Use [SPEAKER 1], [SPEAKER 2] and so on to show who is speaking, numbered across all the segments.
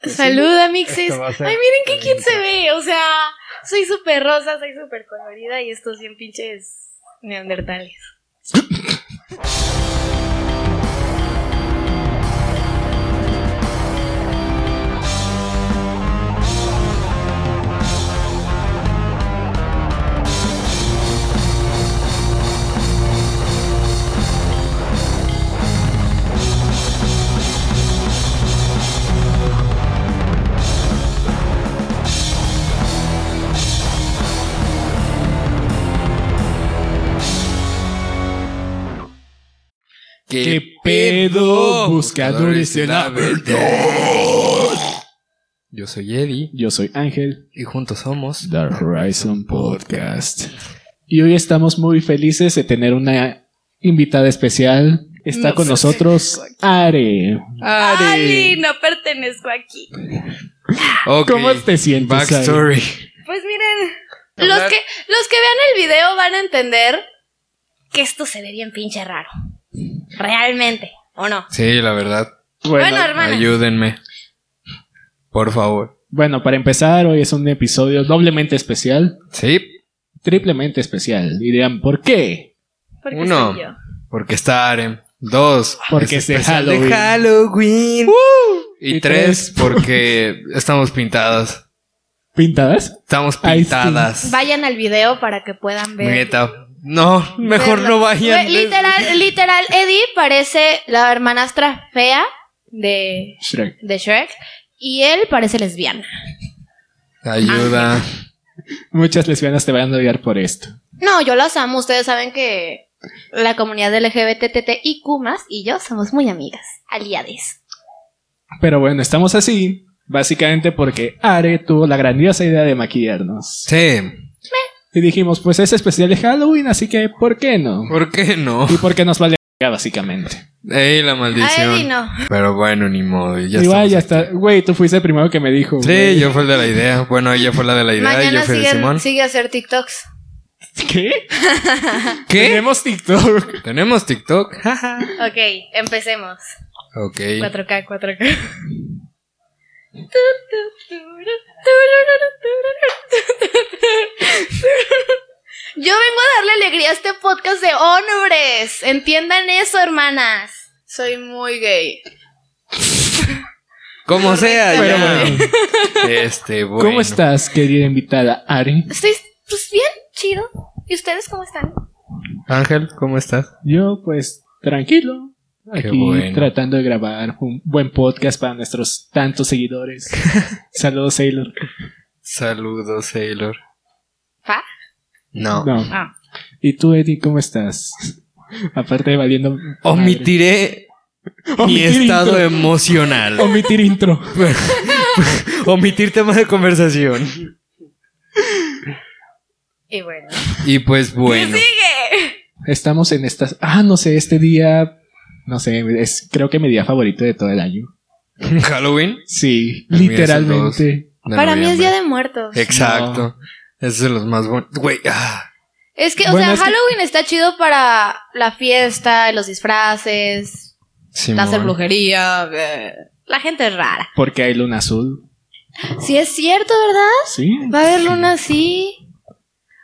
[SPEAKER 1] Pues Saluda, sí, Mixes. Ay, miren qué cute se ve. O sea, soy súper rosa, soy súper colorida y estos bien pinches neandertales.
[SPEAKER 2] ¿Qué, ¿Qué, pedo, buscadores de la verdad?
[SPEAKER 3] Yo soy Eddie.
[SPEAKER 2] Yo soy Ángel.
[SPEAKER 3] Y juntos somos
[SPEAKER 2] The Horizon Podcast. Y hoy estamos muy felices de tener una invitada especial. Está no con nosotros Are.
[SPEAKER 1] Are. Ay, no pertenezco aquí.
[SPEAKER 2] okay. ¿Cómo te sientes?
[SPEAKER 3] Backstory. Ari?
[SPEAKER 1] Pues miren, los que, los que vean el video van a entender que esto se ve bien pinche raro. Realmente, ¿o no?
[SPEAKER 3] Sí, la verdad.
[SPEAKER 1] Bueno, bueno
[SPEAKER 3] Ayúdenme. Por favor.
[SPEAKER 2] Bueno, para empezar, hoy es un episodio doblemente especial.
[SPEAKER 3] Sí.
[SPEAKER 2] Triplemente especial. Dirían, ¿por qué?
[SPEAKER 1] Porque Uno, soy yo.
[SPEAKER 3] porque está Arem. Dos,
[SPEAKER 2] porque es es Halloween.
[SPEAKER 3] De Halloween. Uh, y, y, tres, tres. porque estamos pintadas.
[SPEAKER 2] ¿Pintadas?
[SPEAKER 3] Estamos pintadas.
[SPEAKER 1] Vayan al video para que puedan ver.
[SPEAKER 3] Meta. No, mejor Verlo. no vayan.
[SPEAKER 1] Literal, literal, Eddie parece la hermanastra fea de
[SPEAKER 2] Shrek.
[SPEAKER 1] De Shrek y él parece lesbiana.
[SPEAKER 3] Ayuda. Ah.
[SPEAKER 2] Muchas lesbianas te van a odiar por esto.
[SPEAKER 1] No, yo las amo. Ustedes saben que la comunidad LGBTTIQ más y yo somos muy amigas, aliades.
[SPEAKER 2] Pero bueno, estamos así básicamente porque Are tuvo la grandiosa idea de maquillarnos.
[SPEAKER 3] Sí.
[SPEAKER 1] Me
[SPEAKER 2] y dijimos, pues es especial de Halloween, así que ¿por qué no?
[SPEAKER 3] ¿Por qué no?
[SPEAKER 2] Y porque nos vale básicamente.
[SPEAKER 3] Ey, la maldición.
[SPEAKER 1] Ay, no.
[SPEAKER 3] Pero bueno, ni modo. Ya
[SPEAKER 2] Igual ya está. Güey, tú fuiste el primero que me dijo.
[SPEAKER 3] Sí,
[SPEAKER 2] wey.
[SPEAKER 3] yo fui el de la idea. Bueno, ella fue la de la idea
[SPEAKER 1] Mañana
[SPEAKER 3] y yo fui
[SPEAKER 1] sigue,
[SPEAKER 3] el de Simón.
[SPEAKER 1] Sigue a hacer TikToks.
[SPEAKER 2] ¿Qué?
[SPEAKER 3] ¿Qué?
[SPEAKER 2] Tenemos TikTok.
[SPEAKER 3] Tenemos TikTok.
[SPEAKER 1] ok, empecemos.
[SPEAKER 3] Ok.
[SPEAKER 1] 4K, 4K. Yo vengo a darle alegría a este podcast de hombres. Entiendan eso, hermanas. Soy muy gay.
[SPEAKER 3] Como sea, ya. Este, bueno.
[SPEAKER 2] ¿Cómo estás, querida invitada Ari?
[SPEAKER 1] Estoy pues bien, chido. ¿Y ustedes cómo están?
[SPEAKER 3] Ángel, ¿cómo estás?
[SPEAKER 2] Yo pues tranquilo, aquí bueno. tratando de grabar un buen podcast para nuestros tantos seguidores. Saludos, Sailor.
[SPEAKER 3] Saludos, Sailor.
[SPEAKER 1] ¿Pa?
[SPEAKER 3] No.
[SPEAKER 2] no. Ah. ¿Y tú, Eddie, cómo estás? Aparte de valiendo.
[SPEAKER 3] Omitiré madre. mi Omitir estado intro. emocional.
[SPEAKER 2] Omitir intro.
[SPEAKER 3] Omitir temas de conversación.
[SPEAKER 1] Y bueno.
[SPEAKER 3] Y pues bueno.
[SPEAKER 1] ¿Qué sigue?
[SPEAKER 2] Estamos en estas. Ah, no sé, este día no sé, es creo que mi día favorito de todo el año.
[SPEAKER 3] ¿Halloween?
[SPEAKER 2] Sí, el literalmente.
[SPEAKER 1] Para noviembre. mí es Día de Muertos.
[SPEAKER 3] Eh, Exacto. No. Es de los más bonitos. Güey, ah.
[SPEAKER 1] Es que, o bueno, sea, es Halloween que... está chido para la fiesta, los disfraces,
[SPEAKER 3] Simón.
[SPEAKER 1] hacer brujería. La gente es rara.
[SPEAKER 2] Porque hay luna azul.
[SPEAKER 1] Sí, es cierto, ¿verdad?
[SPEAKER 2] Sí.
[SPEAKER 1] Va a haber luna así.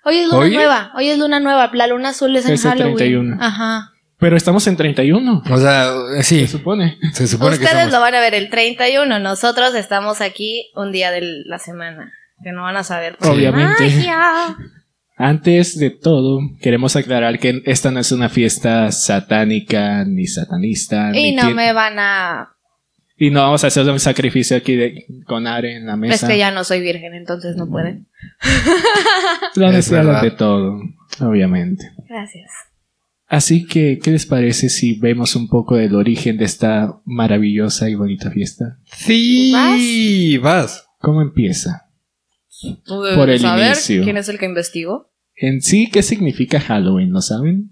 [SPEAKER 1] Hoy es luna ¿Hoy? nueva. Hoy es luna nueva. La luna azul es, en
[SPEAKER 2] es
[SPEAKER 1] el Halloween.
[SPEAKER 2] 31.
[SPEAKER 1] Ajá.
[SPEAKER 2] Pero estamos en 31.
[SPEAKER 3] O sea, eh, sí.
[SPEAKER 2] Se supone.
[SPEAKER 3] Se supone
[SPEAKER 1] Ustedes
[SPEAKER 3] que estamos...
[SPEAKER 1] lo van a ver el 31. Nosotros estamos aquí un día de la semana. Que no van a saber.
[SPEAKER 2] Por Obviamente.
[SPEAKER 1] Magia.
[SPEAKER 2] Antes de todo, queremos aclarar que esta no es una fiesta satánica ni satanista.
[SPEAKER 1] Y
[SPEAKER 2] ni
[SPEAKER 1] no quien... me van a.
[SPEAKER 2] Y no vamos a hacer un sacrificio aquí de... con Are en la mesa.
[SPEAKER 1] Es que ya no soy virgen, entonces no pueden.
[SPEAKER 2] la necesidad de todo, obviamente.
[SPEAKER 1] Gracias.
[SPEAKER 2] Así que, ¿qué les parece si vemos un poco del origen de esta maravillosa y bonita fiesta?
[SPEAKER 3] Sí, vas. vas.
[SPEAKER 2] ¿Cómo empieza?
[SPEAKER 1] ¿Tú debes Por el saber inicio. quién es el que investigó.
[SPEAKER 2] En sí, ¿qué significa Halloween? ¿Lo saben?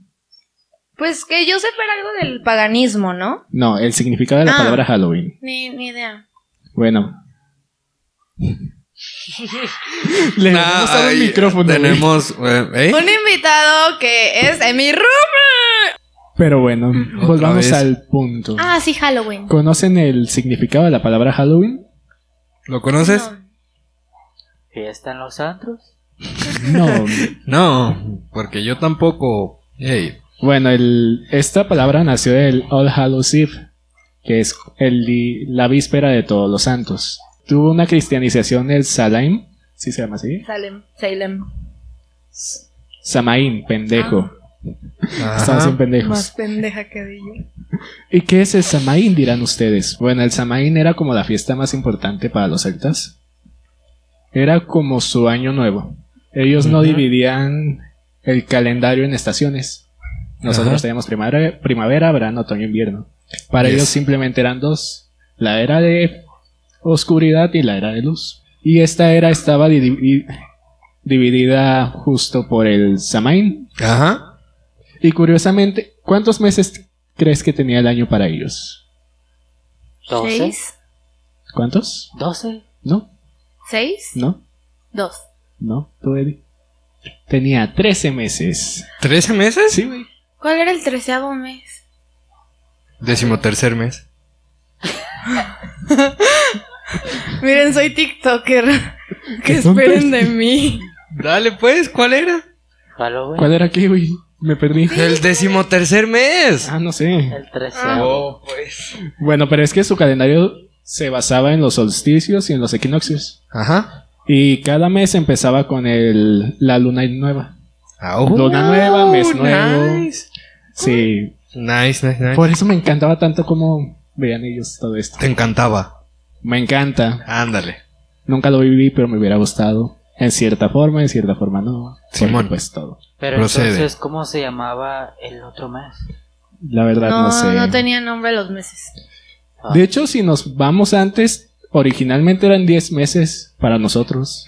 [SPEAKER 1] Pues que yo sepa algo del paganismo, ¿no?
[SPEAKER 2] No, el significado de la
[SPEAKER 1] Ah.
[SPEAKER 2] palabra Halloween.
[SPEAKER 1] Ni, ni idea.
[SPEAKER 2] Bueno. Le
[SPEAKER 3] Nah,
[SPEAKER 2] damos a un
[SPEAKER 3] ay,
[SPEAKER 2] micrófono. güey.
[SPEAKER 3] Tenemos. eh, ¿eh?
[SPEAKER 1] Un invitado que es en mi room.
[SPEAKER 2] Pero bueno, volvamos
[SPEAKER 3] vez.
[SPEAKER 2] al punto.
[SPEAKER 1] Ah, sí, Halloween.
[SPEAKER 2] ¿Conocen el significado de la palabra Halloween?
[SPEAKER 3] ¿Lo conoces?
[SPEAKER 4] ¿Fiesta en los antros?
[SPEAKER 2] No.
[SPEAKER 3] No, porque yo tampoco. Ey,
[SPEAKER 2] Bueno, el, esta palabra nació del All Hallows Eve, que es el, di- la víspera de todos los santos. Tuvo una cristianización del Salaim, ¿sí se llama así?
[SPEAKER 1] Salem, Salem.
[SPEAKER 2] Samaín, pendejo.
[SPEAKER 3] Ah. ajá.
[SPEAKER 2] Estamos bien
[SPEAKER 1] Más
[SPEAKER 2] pendejos.
[SPEAKER 1] pendeja que de yo.
[SPEAKER 2] ¿Y qué es el Samaín, dirán ustedes? Bueno, el Samaín era como la fiesta más importante para los celtas. Era como su año nuevo. Ellos no
[SPEAKER 3] Ujú.
[SPEAKER 2] dividían el calendario en estaciones. Nosotros
[SPEAKER 3] Ajá.
[SPEAKER 2] teníamos primavera, primavera, verano, otoño, invierno. Para
[SPEAKER 3] Yes.
[SPEAKER 2] ellos simplemente eran dos. La era de oscuridad y la era de luz. Y esta era estaba divi- dividida justo por el Samaín,
[SPEAKER 3] Ajá.
[SPEAKER 2] y curiosamente, ¿cuántos meses crees que tenía el año para ellos?
[SPEAKER 4] ¿Doce?
[SPEAKER 1] ¿Seis?
[SPEAKER 2] ¿Cuántos?
[SPEAKER 4] ¿Doce?
[SPEAKER 2] ¿No?
[SPEAKER 1] ¿Seis?
[SPEAKER 2] ¿No?
[SPEAKER 1] Dos.
[SPEAKER 2] ¿No? ¿Tú, Eddie? Tenía 13 meses.
[SPEAKER 3] ¿Trece meses?
[SPEAKER 2] Sí, güey.
[SPEAKER 1] ¿Cuál era el treceavo mes?
[SPEAKER 3] Decimotercer mes.
[SPEAKER 1] Miren, soy TikToker. que esperen de mí.
[SPEAKER 3] Dale, pues, ¿cuál era?
[SPEAKER 4] Halloween.
[SPEAKER 2] ¿Cuál era qué, güey? Me perdí.
[SPEAKER 3] El decimotercer mes.
[SPEAKER 2] Ah, no sé.
[SPEAKER 4] El trece.
[SPEAKER 1] Ah.
[SPEAKER 3] Oh, pues.
[SPEAKER 2] Bueno, pero es que su calendario se basaba en los solsticios y en los equinoccios.
[SPEAKER 3] Ajá.
[SPEAKER 2] Y cada mes empezaba con el, la luna nueva.
[SPEAKER 3] Ah, oh.
[SPEAKER 2] Luna nueva, mes nuevo.
[SPEAKER 3] Nice,
[SPEAKER 2] Sí.
[SPEAKER 3] nice, nice. nice.
[SPEAKER 2] Por eso me encantaba tanto cómo veían ellos todo esto.
[SPEAKER 3] Te encantaba.
[SPEAKER 2] Me encanta.
[SPEAKER 3] Ándale.
[SPEAKER 2] Nunca lo viví, pero me hubiera gustado. En cierta forma, en cierta forma no. Porque,
[SPEAKER 3] Simón.
[SPEAKER 2] pues todo.
[SPEAKER 4] Pero
[SPEAKER 3] Procede.
[SPEAKER 4] entonces, ¿cómo se llamaba el otro mes?
[SPEAKER 2] La verdad no,
[SPEAKER 1] No,
[SPEAKER 2] sé.
[SPEAKER 1] no tenía nombre los meses.
[SPEAKER 4] Ah,
[SPEAKER 2] De hecho, si nos vamos antes, originalmente eran 10 meses para nosotros.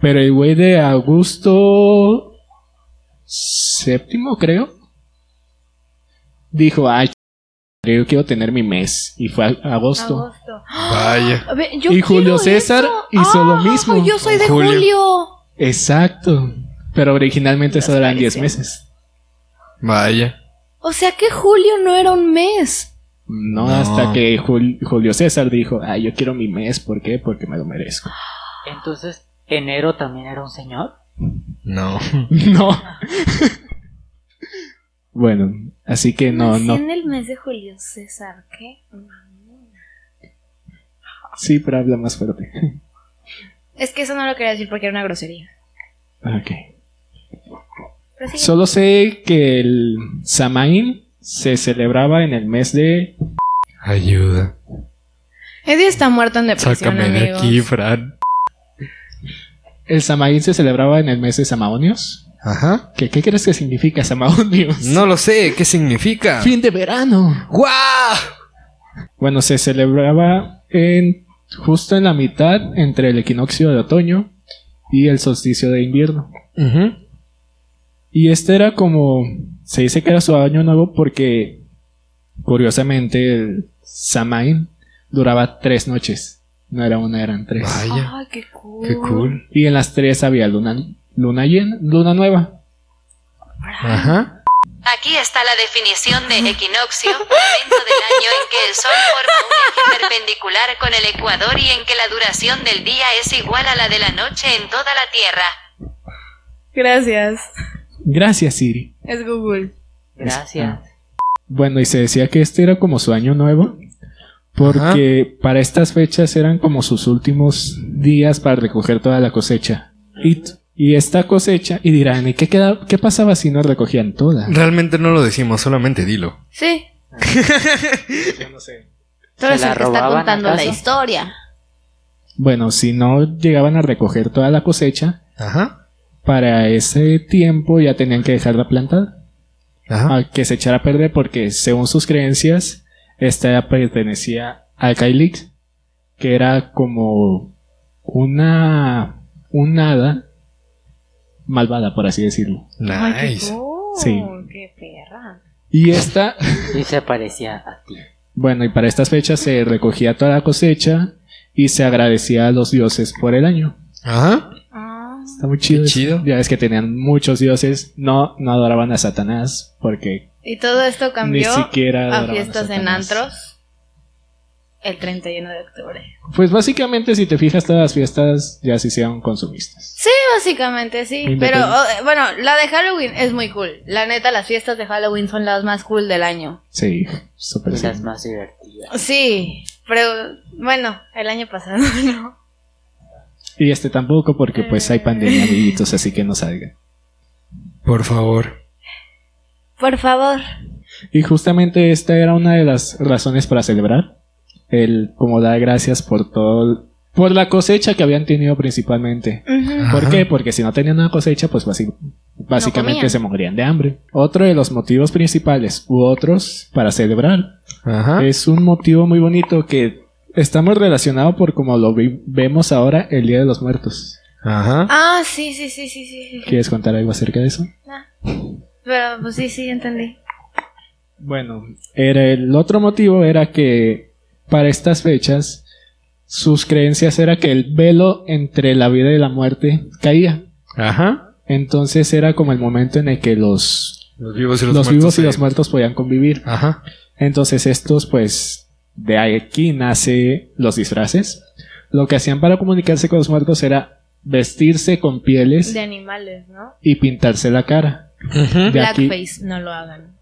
[SPEAKER 2] Pero el güey de Augusto séptimo, creo, dijo, ay, ch- yo quiero tener mi mes. Y fue a- agosto.
[SPEAKER 1] Agosto.
[SPEAKER 3] Vaya.
[SPEAKER 1] A ver, yo
[SPEAKER 2] Y Julio
[SPEAKER 1] quiero
[SPEAKER 2] César
[SPEAKER 1] eso.
[SPEAKER 2] hizo lo
[SPEAKER 1] Ah,
[SPEAKER 2] mismo.
[SPEAKER 1] Yo soy de
[SPEAKER 3] Julio.
[SPEAKER 1] Julio.
[SPEAKER 2] Exacto. Pero originalmente eso eran 10
[SPEAKER 1] parecemos.
[SPEAKER 2] meses.
[SPEAKER 3] Vaya.
[SPEAKER 1] O sea que Julio no era un mes.
[SPEAKER 2] No,
[SPEAKER 3] No.
[SPEAKER 2] hasta que Jul- Julio César dijo, ah, yo quiero mi mes, ¿por qué? Porque me lo merezco.
[SPEAKER 4] Entonces, ¿enero también era un señor?
[SPEAKER 3] No.
[SPEAKER 2] no. bueno, así que no,
[SPEAKER 1] Nací
[SPEAKER 2] no.
[SPEAKER 1] en el mes de Julio César, ¿qué?
[SPEAKER 2] Sí, pero habla más fuerte.
[SPEAKER 1] Es que eso no lo quería decir porque era una grosería.
[SPEAKER 2] Ah, ok.
[SPEAKER 1] Pero sí,
[SPEAKER 2] Solo sé que el Samaín se celebraba en el mes de...
[SPEAKER 3] Ayuda.
[SPEAKER 1] Eddie está muerto en depresión,
[SPEAKER 3] Sácame de
[SPEAKER 1] amigos.
[SPEAKER 3] aquí, Fran.
[SPEAKER 2] El Samaín se celebraba en el mes de Samaonios.
[SPEAKER 3] Ajá.
[SPEAKER 2] ¿Qué, qué crees que significa Samaonios?
[SPEAKER 3] No lo sé, ¿qué significa?
[SPEAKER 2] Fin de verano.
[SPEAKER 3] ¡Guau!
[SPEAKER 2] Bueno, se celebraba en justo en la mitad entre el equinoccio de otoño y el solsticio de invierno.
[SPEAKER 3] Ujú.
[SPEAKER 2] Y este era como. Se dice que era su año nuevo porque, curiosamente, el Samain duraba tres noches. No era una, eran tres.
[SPEAKER 3] Vaya.
[SPEAKER 1] Ay, Ah, qué cool.
[SPEAKER 3] Qué cool.
[SPEAKER 2] Y en las tres había luna, luna llena, luna nueva.
[SPEAKER 3] Ajá.
[SPEAKER 5] Aquí está la definición de equinoccio, momento del año en que el sol forma un eje perpendicular con el ecuador y en que la duración del día es igual a la de la noche en toda la Tierra.
[SPEAKER 1] Gracias.
[SPEAKER 2] Gracias, Siri.
[SPEAKER 1] Es Google.
[SPEAKER 4] Gracias.
[SPEAKER 2] Ah. Bueno, y se decía que este era como su año nuevo. Porque para estas fechas eran como sus últimos días para recoger toda la cosecha. Y, y esta cosecha, y dirán, ¿y qué, queda, qué pasaba si no recogían toda?
[SPEAKER 3] Realmente no lo decimos, solamente dilo.
[SPEAKER 1] Sí.
[SPEAKER 2] no sé.
[SPEAKER 4] ¿Se
[SPEAKER 1] Tú eres
[SPEAKER 4] la
[SPEAKER 1] el que está
[SPEAKER 4] robaban,
[SPEAKER 1] contando la
[SPEAKER 4] acaso?
[SPEAKER 1] historia.
[SPEAKER 2] Bueno, si no llegaban a recoger toda la cosecha,
[SPEAKER 3] Ajá.
[SPEAKER 2] para ese tiempo ya tenían que dejarla plantada,
[SPEAKER 3] Ajá.
[SPEAKER 2] a que se echara a perder porque según sus creencias, esta ya pertenecía al Kailik, que era como una un hada malvada, por así decirlo.
[SPEAKER 1] Ay, qué
[SPEAKER 3] Nice.
[SPEAKER 1] cool.
[SPEAKER 2] Sí.
[SPEAKER 1] Qué perra.
[SPEAKER 2] Y esta
[SPEAKER 4] Y se parecía a ti.
[SPEAKER 2] Bueno, y para estas fechas se recogía toda la cosecha y se agradecía a los dioses por el año.
[SPEAKER 3] Ajá.
[SPEAKER 1] Ah.
[SPEAKER 2] Está muy chido.
[SPEAKER 3] Qué
[SPEAKER 2] eso.
[SPEAKER 3] chido.
[SPEAKER 2] Ya ves que tenían muchos dioses. No, no adoraban a Satanás porque
[SPEAKER 1] Y todo esto
[SPEAKER 2] ni
[SPEAKER 1] cambió
[SPEAKER 2] siquiera
[SPEAKER 1] a
[SPEAKER 2] adoraban
[SPEAKER 1] fiestas en
[SPEAKER 2] Satanás.
[SPEAKER 1] antros. el 31 de octubre.
[SPEAKER 2] Pues básicamente, si te fijas, todas las fiestas ya se hicieron consumistas.
[SPEAKER 1] Sí, básicamente, sí. Pero
[SPEAKER 2] Independiente.
[SPEAKER 1] oh, bueno, la de Halloween es muy cool. La neta, las fiestas de Halloween son las más cool del año.
[SPEAKER 2] Sí, súper
[SPEAKER 4] Y
[SPEAKER 2] Pues sí.
[SPEAKER 4] las más divertidas.
[SPEAKER 1] Sí, pero bueno, el año pasado no.
[SPEAKER 2] Y este tampoco, porque pues hay pandemia,
[SPEAKER 1] Eh.
[SPEAKER 2] amiguitos, así que no salgan.
[SPEAKER 3] Por favor.
[SPEAKER 1] Por favor.
[SPEAKER 2] Y justamente esta era una de las razones para celebrar. El como dar gracias por todo. Por la cosecha que habían tenido principalmente.
[SPEAKER 1] Ujú.
[SPEAKER 2] ¿Por
[SPEAKER 3] Ajá.
[SPEAKER 2] qué? Porque si no tenían una cosecha, pues basi- básicamente
[SPEAKER 1] comían.
[SPEAKER 2] se morían de hambre. Otro de los motivos principales u otros para celebrar
[SPEAKER 3] Ajá.
[SPEAKER 2] es un motivo muy bonito que estamos relacionado por como lo vi- vemos ahora el Día de los Muertos.
[SPEAKER 3] Ajá.
[SPEAKER 1] Ah, sí, sí, sí, sí, sí. sí.
[SPEAKER 2] ¿Quieres contar algo acerca de eso?
[SPEAKER 1] Pero pues sí, sí, entendí.
[SPEAKER 2] Bueno, era el otro motivo era que para estas fechas sus creencias era que el velo entre la vida y la muerte caía.
[SPEAKER 3] Ajá.
[SPEAKER 2] Entonces era como el momento en el que los,
[SPEAKER 3] Los vivos y
[SPEAKER 2] los,
[SPEAKER 3] los, muertos.
[SPEAKER 2] vivos y
[SPEAKER 3] ahí.
[SPEAKER 2] los muertos podían convivir.
[SPEAKER 3] Ajá.
[SPEAKER 2] Entonces estos pues de aquí nace los disfraces. Lo que hacían para comunicarse con los muertos era vestirse con pieles
[SPEAKER 1] De animales, ¿no?
[SPEAKER 2] y pintarse la cara. De aquí,
[SPEAKER 1] Blackface, no lo hagan.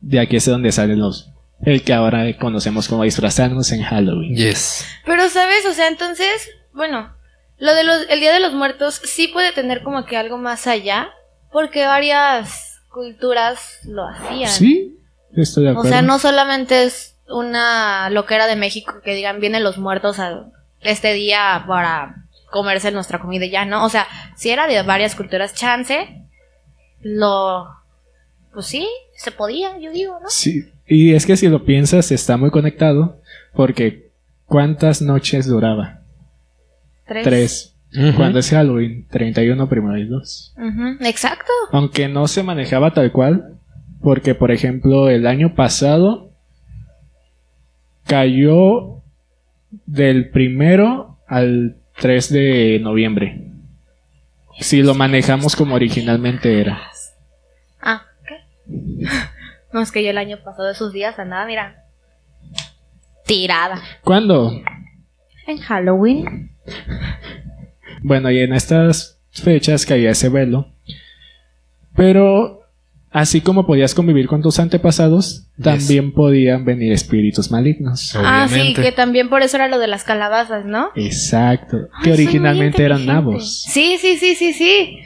[SPEAKER 2] de aquí es donde salen los el que ahora conocemos como disfrazarnos en Halloween.
[SPEAKER 3] Yes.
[SPEAKER 1] Pero, ¿sabes? O sea, entonces, bueno, lo de los, el Día de los Muertos sí puede tener como que algo más allá, porque varias culturas lo hacían.
[SPEAKER 2] Sí, estoy de
[SPEAKER 1] O
[SPEAKER 2] acuerdo.
[SPEAKER 1] sea, no solamente es una loquera de México que digan vienen los muertos a este día para comerse nuestra comida y ya, ¿no? O sea, si era de varias culturas, chance, lo... Pues sí, se podía, yo digo, ¿no?
[SPEAKER 2] Sí, y es que si lo piensas está muy conectado porque ¿cuántas noches duraba?
[SPEAKER 1] Tres.
[SPEAKER 2] Tres. Cuando es Halloween, 31 primero y dos.
[SPEAKER 1] Ujú, Exacto.
[SPEAKER 2] Aunque no se manejaba tal cual, porque por ejemplo el año pasado cayó del primero al 3 de noviembre. Si lo manejamos como originalmente era.
[SPEAKER 1] Ah, ¿qué? No, es que yo el año pasado de esos días andaba, mira, tirada.
[SPEAKER 2] ¿Cuándo?
[SPEAKER 1] En Halloween.
[SPEAKER 2] Bueno, y en estas fechas caía ese velo. Pero así como podías convivir con tus antepasados,
[SPEAKER 3] Yes.
[SPEAKER 2] también podían venir espíritus malignos.
[SPEAKER 1] Ah, sí,
[SPEAKER 3] Obviamente.
[SPEAKER 1] que también por eso era lo de las calabazas, ¿no?
[SPEAKER 2] Exacto,
[SPEAKER 1] Ay,
[SPEAKER 2] que
[SPEAKER 1] soy muy
[SPEAKER 2] originalmente eran
[SPEAKER 1] inteligente.
[SPEAKER 2] nabos.
[SPEAKER 1] Sí, sí, sí, sí, sí.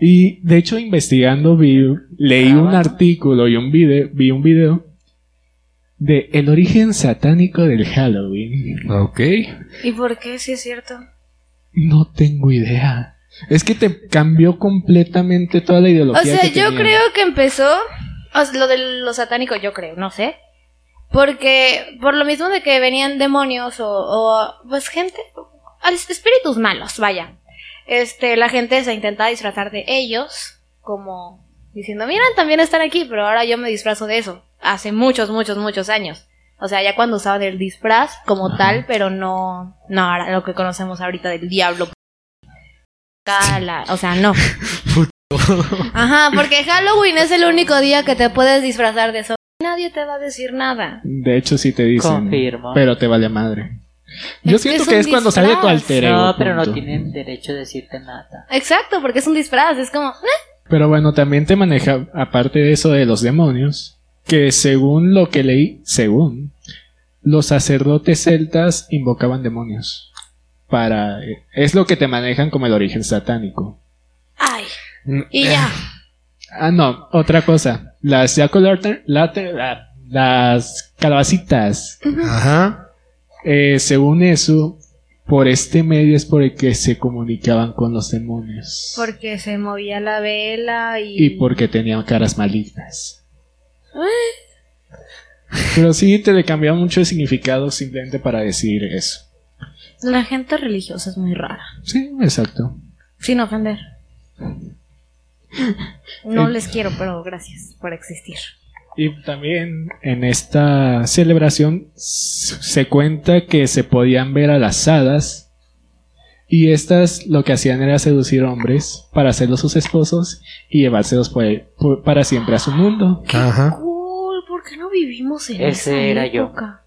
[SPEAKER 2] Y de hecho investigando vi, leí un
[SPEAKER 4] Ah.
[SPEAKER 2] artículo y un video, vi un video de el origen satánico del Halloween.
[SPEAKER 3] Ok.
[SPEAKER 1] ¿Y por qué? Sí, es cierto.
[SPEAKER 2] No tengo idea. Es que te cambió completamente toda
[SPEAKER 1] O
[SPEAKER 2] la ideología.
[SPEAKER 1] sea,
[SPEAKER 2] que
[SPEAKER 1] yo
[SPEAKER 2] tenían.
[SPEAKER 1] creo que empezó. o sea, lo de lo satánico, yo creo, no sé. Porque por lo mismo de que venían demonios o, o, pues gente, al- espíritus malos, vaya. Este, la gente se intentaba disfrazar de ellos, como diciendo, miren, también están aquí, pero ahora yo me disfrazo de eso. Hace muchos, muchos, muchos años. O sea, ya cuando usaban el disfraz como
[SPEAKER 2] Ajá.
[SPEAKER 1] tal, pero no, no ahora lo que conocemos ahorita del diablo. Cala, o sea, no. Ajá, porque Halloween es el único día que te puedes disfrazar de eso. Nadie te va a decir nada.
[SPEAKER 2] De hecho, sí te dicen.
[SPEAKER 4] Confirmo.
[SPEAKER 2] Pero te vale madre. Yo
[SPEAKER 1] Es que
[SPEAKER 2] siento
[SPEAKER 1] es
[SPEAKER 2] que
[SPEAKER 1] un
[SPEAKER 2] es cuando sale tu
[SPEAKER 1] disfraz.
[SPEAKER 2] alter ego,
[SPEAKER 4] no, pero no
[SPEAKER 2] punto.
[SPEAKER 4] tienen derecho a decirte nada.
[SPEAKER 1] Exacto, porque es un disfraz, es como... "Ah".
[SPEAKER 2] Pero bueno, también te maneja, aparte de eso de los demonios, que según lo que leí, según, los sacerdotes celtas invocaban demonios. Para. Es lo que te manejan como el origen satánico.
[SPEAKER 1] Ay, y ya.
[SPEAKER 2] Ah, no, otra cosa. Las Jack o' Lantern- Lantern- ah, las calabacitas
[SPEAKER 3] Ajá.
[SPEAKER 2] Eh, según eso, por este medio es por el que se comunicaban con los demonios.
[SPEAKER 1] Porque se movía la vela y...
[SPEAKER 2] Y porque tenían caras malignas. Pero sí te le cambiaban mucho el significado simplemente para decir eso.
[SPEAKER 1] La gente religiosa es muy rara,
[SPEAKER 2] Sí, exacto.
[SPEAKER 1] sin ofender. No
[SPEAKER 2] Eh.
[SPEAKER 1] les quiero, pero gracias por existir.
[SPEAKER 2] Y también en esta celebración s- se cuenta que se podían ver a las hadas. Y estas lo que hacían era seducir hombres para hacerlos sus esposos y llevárselos por- por- para siempre a su mundo.
[SPEAKER 3] Ajá.
[SPEAKER 1] Cool, ¿por qué no vivimos en
[SPEAKER 4] Ese
[SPEAKER 1] esa
[SPEAKER 4] era yo.
[SPEAKER 1] época?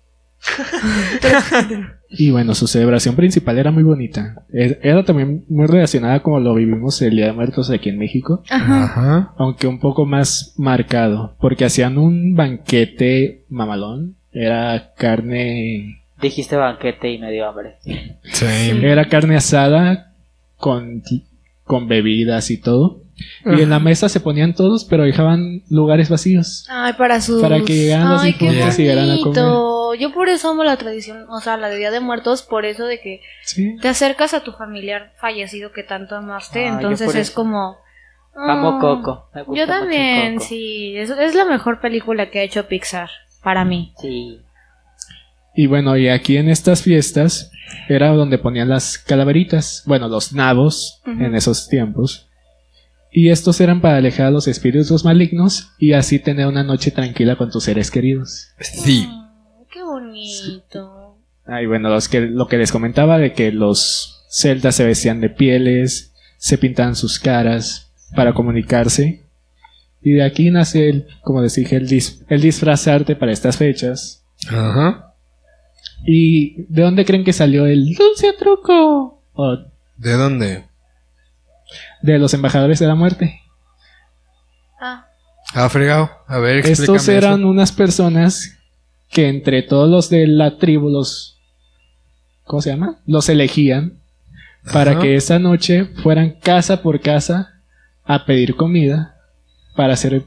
[SPEAKER 2] Y bueno, su celebración principal era muy bonita. Er- Era también muy relacionada como lo vivimos el Día de Muertos aquí en México,
[SPEAKER 1] Ajá.
[SPEAKER 3] Ajá.
[SPEAKER 2] aunque un poco más marcado, porque hacían un banquete mamalón. Era carne,
[SPEAKER 4] Dijiste banquete y me dio hambre.
[SPEAKER 3] Sí.
[SPEAKER 2] era carne asada con, con bebidas y todo. Y en la mesa se ponían todos, pero dejaban lugares vacíos.
[SPEAKER 1] Ay, para sus...
[SPEAKER 2] Para que llegaran los
[SPEAKER 1] Ay, qué
[SPEAKER 2] difuntos y llegaran a
[SPEAKER 1] bonito. Yo por eso amo la tradición, o sea, la de Día de Muertos, por eso de que
[SPEAKER 2] Sí.
[SPEAKER 1] te acercas a tu familiar fallecido que tanto amaste,
[SPEAKER 4] Ah, yo
[SPEAKER 1] entonces
[SPEAKER 4] por
[SPEAKER 1] es
[SPEAKER 4] eso.
[SPEAKER 1] como...
[SPEAKER 4] Amo
[SPEAKER 1] ah,
[SPEAKER 4] Coco. me gusta
[SPEAKER 1] Yo
[SPEAKER 4] mucho
[SPEAKER 1] también,
[SPEAKER 4] Coco.
[SPEAKER 1] sí. Es, es la mejor película que ha hecho Pixar, para mí.
[SPEAKER 4] Sí.
[SPEAKER 2] Y bueno, y aquí en estas fiestas era donde ponían las calaveritas, bueno, los nabos
[SPEAKER 1] Ujú.
[SPEAKER 2] en esos tiempos. Y estos eran para alejar a los espíritus malignos y así tener una noche tranquila con tus seres queridos.
[SPEAKER 3] Sí.
[SPEAKER 1] Mm, qué bonito.
[SPEAKER 2] Ay, bueno, los que, lo que les comentaba de que los celtas se vestían de pieles, se pintaban sus caras para comunicarse. Y de aquí nace, el, como les dije, el, dis- el disfrazarte para estas fechas.
[SPEAKER 3] Ajá.
[SPEAKER 2] ¿Y de dónde creen que salió el dulce truco? O
[SPEAKER 3] ¿De dónde?
[SPEAKER 2] de los embajadores de la muerte.
[SPEAKER 1] Ah,
[SPEAKER 3] Ah, fregado. A ver, explícame
[SPEAKER 2] Estos eran unas personas que entre todos los de la tribu los... ¿Cómo se llama? Los elegían
[SPEAKER 3] eso.
[SPEAKER 2] para
[SPEAKER 3] Ajá.
[SPEAKER 2] que esa noche fueran casa por casa a pedir comida para hacer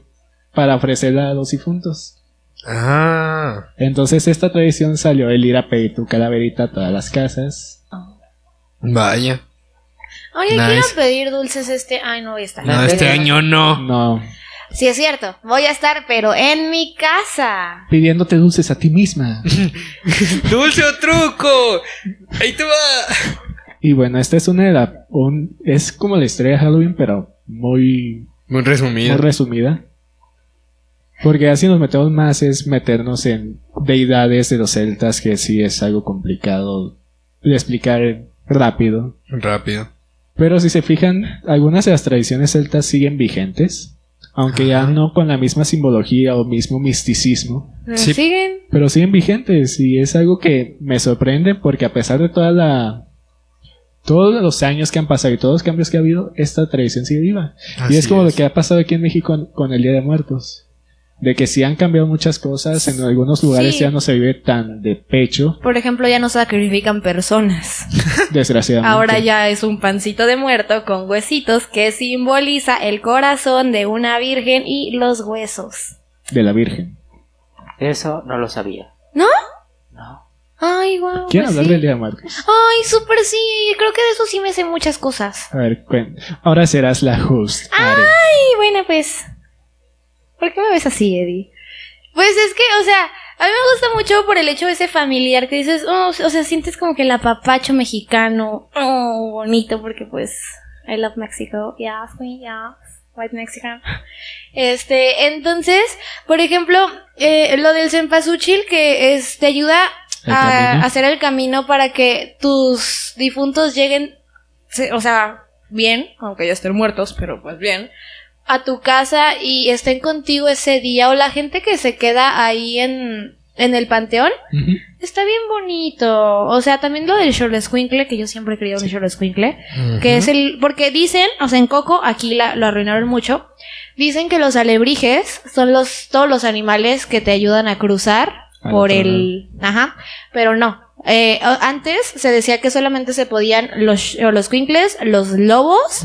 [SPEAKER 2] para ofrecerla a los difuntos.
[SPEAKER 3] Ah.
[SPEAKER 2] Entonces esta tradición salió el ir a pedir tu calaverita a todas las casas.
[SPEAKER 3] Vaya.
[SPEAKER 1] Oye,
[SPEAKER 3] Nice.
[SPEAKER 1] quiero pedir dulces este... Ay, no voy a estar.
[SPEAKER 3] No, este año no.
[SPEAKER 2] No,
[SPEAKER 1] Sí, es cierto. Voy a estar, pero en mi casa.
[SPEAKER 2] pidiéndote dulces a ti misma.
[SPEAKER 3] ¡Dulce o truco! ¡Ahí te va!
[SPEAKER 2] Y bueno, esta es una de las... es como la historia de Halloween, pero muy,
[SPEAKER 3] Muy
[SPEAKER 2] muy
[SPEAKER 3] resumido.
[SPEAKER 2] resumida. Porque así nos metemos más es meternos en deidades de los celtas, que sí es algo complicado de explicar rápido.
[SPEAKER 3] Rápido.
[SPEAKER 2] Pero si se fijan, algunas de las tradiciones celtas siguen vigentes, aunque ya
[SPEAKER 3] Ajá.
[SPEAKER 2] no con la misma simbología o mismo misticismo.
[SPEAKER 1] ¿Me
[SPEAKER 3] Sí.
[SPEAKER 1] siguen?
[SPEAKER 2] pero siguen vigentes y es algo que me sorprende porque a pesar de toda la todos los años que han pasado y todos los cambios que ha habido, esta tradición sigue viva. y es como lo que ha pasado aquí en México con, con el Día de Muertos. De que sí han cambiado muchas cosas, en algunos lugares
[SPEAKER 1] Sí.
[SPEAKER 2] ya no se vive tan de pecho,
[SPEAKER 1] Por ejemplo, ya no sacrifican personas.
[SPEAKER 2] desgraciadamente.
[SPEAKER 1] Ahora ya es un pancito de muerto con huesitos que simboliza el corazón de una virgen y los huesos.
[SPEAKER 2] De la Virgen.
[SPEAKER 4] Eso no lo sabía.
[SPEAKER 1] ¿No?
[SPEAKER 4] No.
[SPEAKER 1] Ay, guau.
[SPEAKER 2] ¿Quieren
[SPEAKER 1] pues
[SPEAKER 2] hablar
[SPEAKER 1] sí.
[SPEAKER 2] del Día de Muertos?
[SPEAKER 1] Ay, súper sí. Creo que de eso sí me sé muchas cosas.
[SPEAKER 2] A ver, cuen- ahora serás la host. Ari.
[SPEAKER 1] Y bueno, pues. ¿Por qué me ves así, Eddie? Pues es que, o sea, a mí me gusta mucho por el hecho de ese familiar que dices, oh, o sea, sientes como que el apapacho mexicano, oh, bonito, porque pues, I love Mexico, yes, me, yes, white Mexican. Este, entonces, por ejemplo, eh, lo del cempasúchil que es, te ayuda
[SPEAKER 2] El
[SPEAKER 1] a
[SPEAKER 2] camino.
[SPEAKER 1] hacer el camino para que tus difuntos lleguen, se- o sea, bien, aunque ya estén muertos, pero pues bien, a tu casa y estén contigo ese día o la gente que se queda ahí en, en el panteón.
[SPEAKER 2] Ujú.
[SPEAKER 1] Está bien bonito. O sea, también lo del Xoloscuincle, que yo siempre he querido un Xoloscuincle, que es el... Porque dicen, o sea, en Coco, aquí la- lo arruinaron mucho, dicen que los alebrijes son los todos los animales que te ayudan a cruzar
[SPEAKER 2] Al
[SPEAKER 1] por
[SPEAKER 2] otro
[SPEAKER 1] el... Ajá, pero no. Eh, o- antes se decía que solamente se podían los Xoloscuincles, los lobos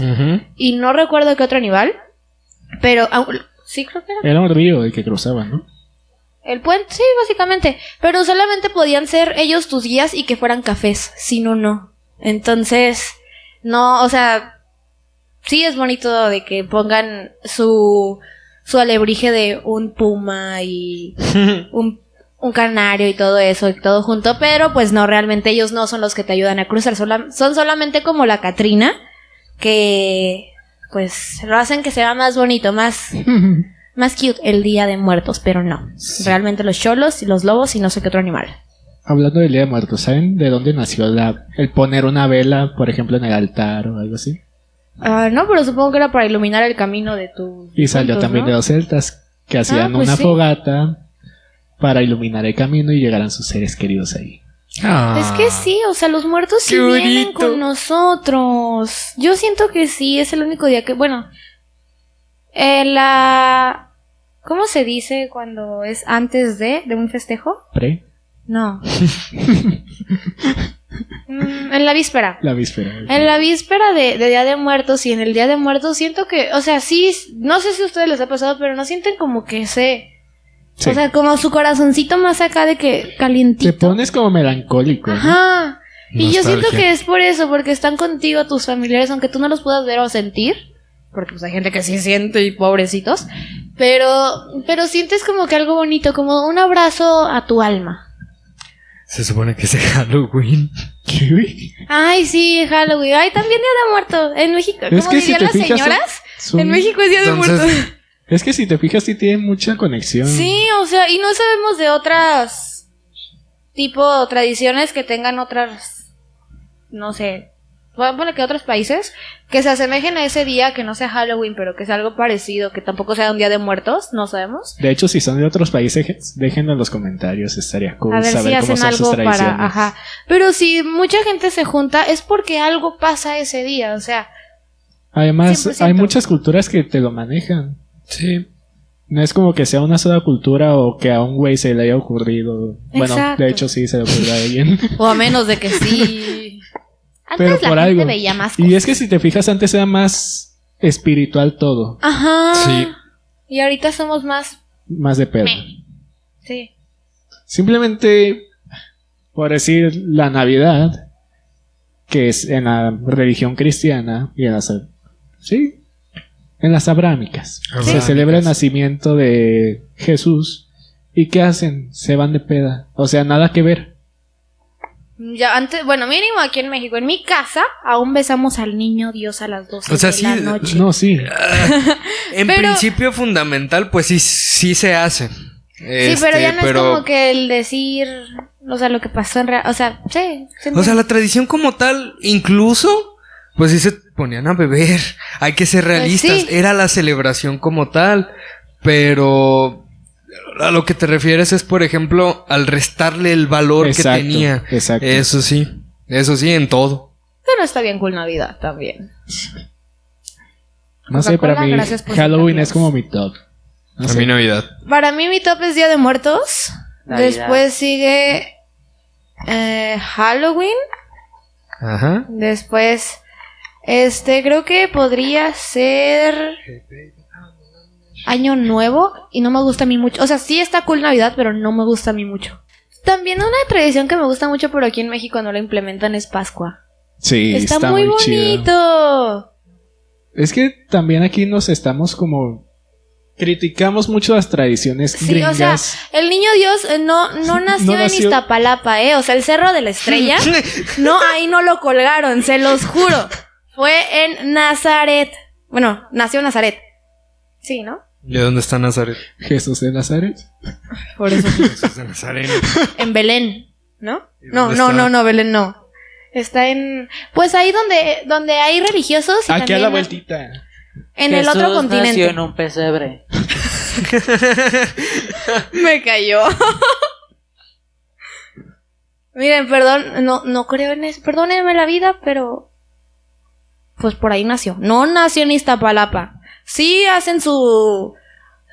[SPEAKER 1] y no recuerdo qué otro animal, pero au- sí creo que era
[SPEAKER 2] Era un río el que cruzaba, ¿no?
[SPEAKER 1] el puente, sí, básicamente, pero solamente podían ser ellos tus guías y que fueran cafés, si no no. Entonces, no, o sea, sí es bonito de que pongan su su alebrije de un puma y un un canario y todo eso y todo junto, pero pues no, realmente ellos no son los que te ayudan a cruzar, sola- son solamente como la Catrina, que pues lo hacen que se vea más bonito, más, más cute el día de muertos, pero no. Realmente los cholos y los lobos y no sé qué otro animal.
[SPEAKER 2] Hablando del Día de Muertos, ¿saben de dónde nació la, el poner una vela, por ejemplo, en el altar o algo así?
[SPEAKER 1] Ah, no, pero supongo que era para iluminar el camino de tu... Ah.
[SPEAKER 2] Y salió también de los celtas, que hacían
[SPEAKER 1] pues
[SPEAKER 2] una
[SPEAKER 1] sí.
[SPEAKER 2] fogata, para iluminar el camino y llegarán sus seres queridos ahí.
[SPEAKER 3] Ah,
[SPEAKER 1] Es que sí, o sea, los muertos sí
[SPEAKER 3] qué
[SPEAKER 1] vienen
[SPEAKER 3] bonito.
[SPEAKER 1] con nosotros. Yo siento que sí, es el único día que, bueno, eh, la... ¿Cómo se dice cuando es antes de, de un festejo?
[SPEAKER 2] Pre,
[SPEAKER 1] No. Mm, en la víspera.
[SPEAKER 2] la víspera.
[SPEAKER 1] En la víspera de, de Día de Muertos y en el Día de Muertos siento que, o sea, sí, no sé si a ustedes les ha pasado, pero no sienten como que ese,
[SPEAKER 2] Sí.
[SPEAKER 1] o sea, como su corazoncito más acá de que calientito.
[SPEAKER 2] Te pones como melancólico. ¿no?
[SPEAKER 1] Ajá. Y yo siento
[SPEAKER 3] Nostalgia.
[SPEAKER 1] que es por eso, porque están contigo tus familiares, aunque tú no los puedas ver o sentir, porque pues hay gente que sí siente y pobrecitos, pero, pero sientes como que algo bonito, como un abrazo a tu alma.
[SPEAKER 3] Se supone que es el Halloween.
[SPEAKER 2] Sí.
[SPEAKER 1] Ay, sí, Halloween. Ay, también Día de Muertos en México.
[SPEAKER 2] Es
[SPEAKER 1] ¿Cómo
[SPEAKER 2] que si
[SPEAKER 1] dirían
[SPEAKER 2] te
[SPEAKER 1] las
[SPEAKER 2] fijas, son-
[SPEAKER 1] señoras?
[SPEAKER 2] Son-
[SPEAKER 1] En México es Día de
[SPEAKER 3] Entonces-
[SPEAKER 1] Muertos.
[SPEAKER 2] Es que si te fijas, sí tiene mucha conexión.
[SPEAKER 1] Sí, o sea, y no sabemos de otras tipo tradiciones que tengan otras, no sé, pon- ponle que otros países que se asemejen a ese día que no sea Halloween, pero que sea algo parecido, que tampoco sea un día de muertos, no sabemos.
[SPEAKER 2] De hecho, si son de otros países, déjenlo en los comentarios. Estaría cool
[SPEAKER 1] A ver
[SPEAKER 2] saber
[SPEAKER 1] si
[SPEAKER 2] cómo
[SPEAKER 1] hacen
[SPEAKER 2] son sus
[SPEAKER 1] algo
[SPEAKER 2] tradiciones.
[SPEAKER 1] para, ajá. Pero si mucha gente se junta es porque algo pasa ese día, o sea,
[SPEAKER 2] Además,
[SPEAKER 1] 100%.
[SPEAKER 2] hay muchas culturas que te lo manejan.
[SPEAKER 3] Sí.
[SPEAKER 2] No es como que sea una sola cultura o que a un güey se le haya ocurrido. Bueno,
[SPEAKER 1] Exacto.
[SPEAKER 2] de hecho sí se le ocurrió a alguien.
[SPEAKER 1] o a menos de que sí. Antes
[SPEAKER 2] Pero
[SPEAKER 1] la
[SPEAKER 2] por
[SPEAKER 1] gente
[SPEAKER 2] algo.
[SPEAKER 1] veía más
[SPEAKER 2] Y es que si te fijas, antes era más espiritual todo.
[SPEAKER 1] Ajá.
[SPEAKER 3] Sí.
[SPEAKER 1] Y ahorita somos más.
[SPEAKER 2] Más de pedo.
[SPEAKER 1] Sí.
[SPEAKER 2] Simplemente, por decir, la Navidad, que es en la religión cristiana y en las... Sí, en las abrámicas. Se
[SPEAKER 3] Abrámicas.
[SPEAKER 2] celebra el nacimiento de Jesús. ¿Y qué hacen? Se van de peda. O sea, nada que ver.
[SPEAKER 1] Ya antes, bueno, mínimo aquí en México, en mi casa, aún besamos al niño Dios a las 12
[SPEAKER 3] O sea,
[SPEAKER 1] de
[SPEAKER 3] sí,
[SPEAKER 1] la noche.
[SPEAKER 2] No, sí.
[SPEAKER 3] En
[SPEAKER 1] Pero-
[SPEAKER 3] principio fundamental, pues sí, sí se hace.
[SPEAKER 1] sí, pero
[SPEAKER 3] este,
[SPEAKER 1] ya no es como
[SPEAKER 3] que...
[SPEAKER 1] que el decir, o sea, lo que pasó en real, o sea, sí. se
[SPEAKER 3] O sea,
[SPEAKER 1] entiende.
[SPEAKER 3] la tradición como tal, incluso, pues sí se ponían a beber. Hay que ser realistas.
[SPEAKER 1] Pues sí.
[SPEAKER 3] Era la celebración como tal. Pero a lo que te refieres es, por ejemplo, al restarle el valor
[SPEAKER 2] Exacto,
[SPEAKER 3] que tenía.
[SPEAKER 2] exacto.
[SPEAKER 3] Eso sí. Eso sí, en todo.
[SPEAKER 1] Pero está bien cool Navidad también.
[SPEAKER 2] No sé, para
[SPEAKER 1] Coca-Cola,
[SPEAKER 2] mí
[SPEAKER 1] gracias por
[SPEAKER 2] Halloween
[SPEAKER 1] sacarnos.
[SPEAKER 2] es como mi top. No
[SPEAKER 3] A
[SPEAKER 2] sé.
[SPEAKER 3] mi Navidad.
[SPEAKER 1] Para mí mi top es Día de Muertos.
[SPEAKER 4] Navidad.
[SPEAKER 1] Después sigue eh, Halloween.
[SPEAKER 3] Ajá.
[SPEAKER 1] Después, este, creo que podría ser Año Nuevo y no me gusta a mí mucho. O sea, sí está cool Navidad, pero no me gusta a mí mucho. También una tradición que me gusta mucho, pero aquí en México no la implementan, es Pascua.
[SPEAKER 2] Sí,
[SPEAKER 1] está,
[SPEAKER 2] está,
[SPEAKER 1] muy,
[SPEAKER 2] chido.
[SPEAKER 1] bonito.
[SPEAKER 2] Es que también aquí nos estamos como criticamos mucho las tradiciones
[SPEAKER 1] Sí,
[SPEAKER 2] gringas.
[SPEAKER 1] o sea, el niño Dios eh, no, no nació en
[SPEAKER 2] nació.
[SPEAKER 1] Iztapalapa, ¿eh? O sea, el Cerro de la Estrella, no, ahí no lo colgaron, se los juro. Fue en Nazaret. Bueno, nació en Nazaret. Sí, ¿no?
[SPEAKER 3] ¿Y dónde está Nazaret?
[SPEAKER 2] Jesús de Nazaret.
[SPEAKER 1] Por eso.
[SPEAKER 3] Jesús de Nazaret.
[SPEAKER 1] En Belén, ¿no?
[SPEAKER 3] ¿Y
[SPEAKER 1] No,
[SPEAKER 3] dónde
[SPEAKER 1] no,
[SPEAKER 3] está?
[SPEAKER 1] no, no, Belén no. Está en. Pues ahí donde, donde hay religiosos. Y
[SPEAKER 2] Aquí a la
[SPEAKER 1] también
[SPEAKER 2] vueltita.
[SPEAKER 1] En el otro
[SPEAKER 4] Jesús
[SPEAKER 1] continente.
[SPEAKER 4] nació en un pesebre.
[SPEAKER 1] Me cayó. Miren, perdón, no, no creo en eso. Perdónenme la vida, pero. Pues por ahí nació. No nació en Iztapalapa. Sí hacen su.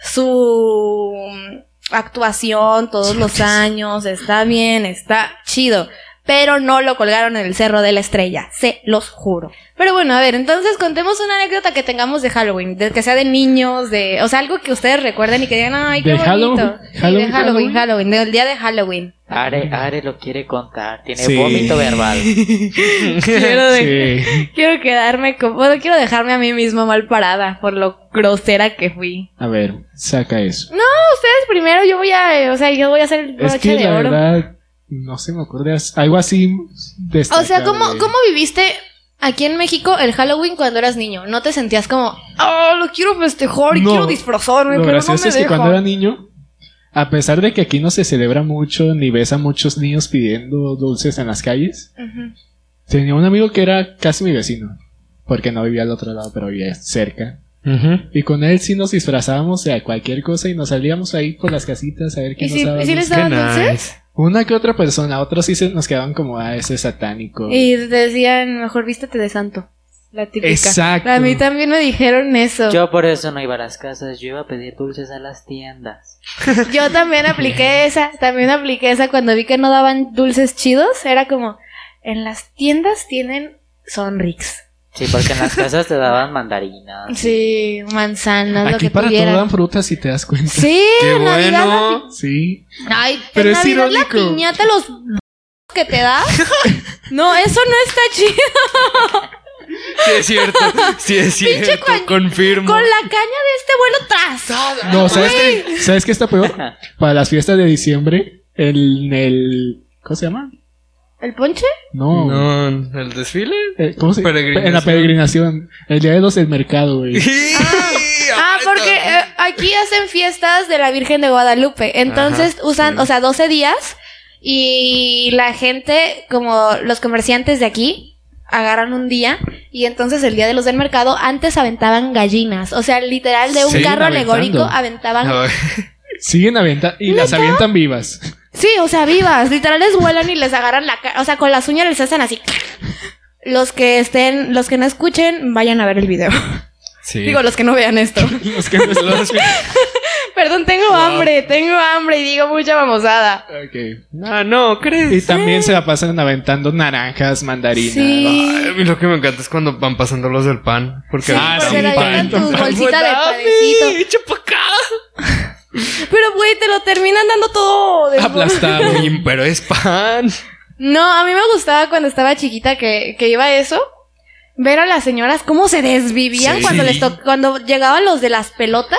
[SPEAKER 1] su. mm, actuación todos los años. Está bien, está chido. Pero no lo colgaron en el Cerro de la Estrella. Se los juro. Pero bueno, a ver, entonces contemos una anécdota que tengamos de Halloween. De, que sea de niños, de. O sea, algo que ustedes recuerden y que digan, ay, qué
[SPEAKER 2] ¿De
[SPEAKER 1] bonito.
[SPEAKER 2] Halloween?
[SPEAKER 1] Sí, de
[SPEAKER 2] ¿Halloween?
[SPEAKER 1] Halloween, Halloween, del día de Halloween.
[SPEAKER 4] Are, Are lo quiere contar. Tiene
[SPEAKER 2] Sí.
[SPEAKER 4] vómito verbal.
[SPEAKER 1] Quiero, de-
[SPEAKER 2] Sí.
[SPEAKER 1] quiero quedarme con. Bueno, quiero dejarme a mí misma mal parada por lo grosera que fui.
[SPEAKER 2] A ver, saca eso.
[SPEAKER 1] Ustedes primero, yo voy a. eh, O sea, yo voy a hacer el
[SPEAKER 2] es
[SPEAKER 1] broche
[SPEAKER 2] que
[SPEAKER 1] de
[SPEAKER 2] la
[SPEAKER 1] oro.
[SPEAKER 2] verdad no se me ocurre as- algo así eh.
[SPEAKER 1] o sea,
[SPEAKER 2] destacable.
[SPEAKER 1] ¿cómo, ¿cómo viviste aquí en México el Halloween cuando eras niño? ¿No te sentías como, oh, lo quiero festejar y
[SPEAKER 2] No.
[SPEAKER 1] quiero disfrazarme,
[SPEAKER 2] Lo
[SPEAKER 1] pero no me
[SPEAKER 2] gracioso es que
[SPEAKER 1] dejan"?
[SPEAKER 2] cuando era niño, a pesar de que aquí no se celebra mucho ni ves a muchos niños pidiendo dulces en las calles,
[SPEAKER 1] Ujú.
[SPEAKER 2] tenía un amigo que era casi mi vecino, porque no vivía al otro lado, pero vivía cerca.
[SPEAKER 3] Ujú.
[SPEAKER 2] Y con él sí nos disfrazábamos de cualquier cosa y nos salíamos ahí por las casitas a ver qué
[SPEAKER 1] ¿Y
[SPEAKER 2] nos
[SPEAKER 1] si,
[SPEAKER 2] daban.
[SPEAKER 1] si les
[SPEAKER 3] Qué
[SPEAKER 1] daban dulces?
[SPEAKER 3] nice.
[SPEAKER 2] Una que otra persona, otros sí se nos quedaban como, ah, ese es satánico.
[SPEAKER 1] Y te decían, mejor vístete de santo. La típica.
[SPEAKER 2] Exacto.
[SPEAKER 1] A mí también me dijeron eso. Yo,
[SPEAKER 4] Yo por eso no iba a las casas, yo iba a pedir dulces a las tiendas.
[SPEAKER 1] también apliqué esa. También apliqué esa cuando vi que no daban dulces chidos. Era como, en las tiendas tienen Sonrix.
[SPEAKER 4] Sí, porque en las casas te daban mandarinas.
[SPEAKER 1] Sí, manzanas, lo
[SPEAKER 2] Aquí
[SPEAKER 1] que
[SPEAKER 2] para pues,
[SPEAKER 1] tuvieran.
[SPEAKER 2] todo dan frutas si te das cuenta.
[SPEAKER 1] Sí,
[SPEAKER 3] Qué
[SPEAKER 1] en Navidad la
[SPEAKER 3] bueno.
[SPEAKER 2] Sí.
[SPEAKER 1] pi- Ay,
[SPEAKER 2] Pero
[SPEAKER 1] en
[SPEAKER 2] es
[SPEAKER 1] Navidad la
[SPEAKER 2] irónico.
[SPEAKER 1] piñata, los que te da. No, eso no está chido.
[SPEAKER 3] Sí es cierto, sí es cierto,
[SPEAKER 1] cuan-
[SPEAKER 3] confirmo.
[SPEAKER 1] Con la caña de este vuelo tras.
[SPEAKER 2] No, ¿sabes qué? ¿Sabes qué está peor? Para las fiestas de diciembre, en el... ¿Cómo se llama?
[SPEAKER 1] ¿El ponche?
[SPEAKER 2] No.
[SPEAKER 3] No, el desfile.
[SPEAKER 2] Eh, ¿Cómo se
[SPEAKER 3] Peregrinación.
[SPEAKER 2] En la peregrinación. El día de los del mercado, güey.
[SPEAKER 1] Ah,
[SPEAKER 3] Ah,
[SPEAKER 1] porque eh, aquí hacen fiestas de la Virgen de Guadalupe. Entonces usan, o sea, 12 días. Y la gente, como los comerciantes de aquí, agarran un día. Y entonces el día de los del mercado, antes aventaban gallinas. O sea, literal, de un
[SPEAKER 2] Siguen
[SPEAKER 1] carro
[SPEAKER 2] aventando.
[SPEAKER 1] alegórico aventaban.
[SPEAKER 2] Siguen aventando y las avientan vivas.
[SPEAKER 1] Sí, o sea, vivas. Literal, les vuelan y les agarran la cara. O sea, con las uñas les hacen así. Los que estén, los que no escuchen, vayan a ver el video.
[SPEAKER 3] Sí.
[SPEAKER 1] Digo, los que no vean esto.
[SPEAKER 2] Los que no están-
[SPEAKER 1] Perdón, tengo hambre, tengo hambre y digo mucha mamosada.
[SPEAKER 2] Ok.
[SPEAKER 3] Ah, no,
[SPEAKER 2] Y
[SPEAKER 3] ¿crees?
[SPEAKER 2] también se la pasan aventando naranjas, mandarinas.
[SPEAKER 3] Ay, a mí lo que me encanta es cuando van pasando los del pan. Porque
[SPEAKER 1] Sí,
[SPEAKER 2] Ah,
[SPEAKER 1] porque
[SPEAKER 2] sí,
[SPEAKER 1] le
[SPEAKER 2] pan,
[SPEAKER 1] avientan tu
[SPEAKER 2] pan.
[SPEAKER 1] bolsita de
[SPEAKER 3] ¡Dame!
[SPEAKER 1] panecito.
[SPEAKER 3] ¡Echa pa' acá!
[SPEAKER 1] Pero, güey, te lo terminan dando todo. de-
[SPEAKER 2] Aplastado.
[SPEAKER 3] Oye, Pero es pan.
[SPEAKER 1] No, a mí me gustaba cuando estaba chiquita que, que iba a eso. Ver a las señoras cómo se desvivían
[SPEAKER 3] Sí.
[SPEAKER 1] cuando les to- cuando llegaban los de las pelotas.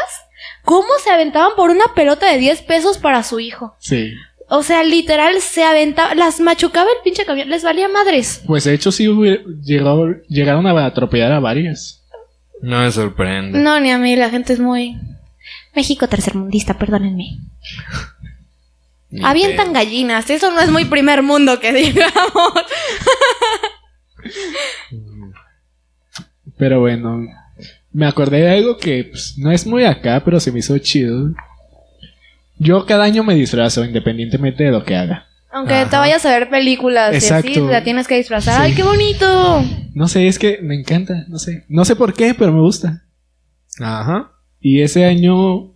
[SPEAKER 1] Cómo se aventaban por una pelota de 10 pesos para su hijo.
[SPEAKER 2] Sí.
[SPEAKER 1] O sea, literal, se aventaba, las machucaba el pinche camión, les valía madres.
[SPEAKER 2] Pues de hecho sí hubi- llegó, llegaron a atropellar a varias.
[SPEAKER 3] No me sorprende.
[SPEAKER 1] No, ni a mí, la gente es muy... México tercermundista, perdónenme.
[SPEAKER 3] Ni
[SPEAKER 1] Avientan gallinas, eso no es muy primer mundo que digamos.
[SPEAKER 2] Pero bueno, me acordé de algo que pues, no es muy acá, pero se me hizo chido. Yo cada año me disfrazo, independientemente de lo que haga.
[SPEAKER 1] Aunque te
[SPEAKER 3] Ajá.
[SPEAKER 1] vayas a ver películas y así,
[SPEAKER 2] Exacto.
[SPEAKER 1] la tienes que disfrazar.
[SPEAKER 2] Sí.
[SPEAKER 1] ¡Ay, qué bonito!
[SPEAKER 2] No sé, es que me encanta, no sé. No sé por qué, pero me gusta.
[SPEAKER 3] pedo. Ajá.
[SPEAKER 2] Y ese año,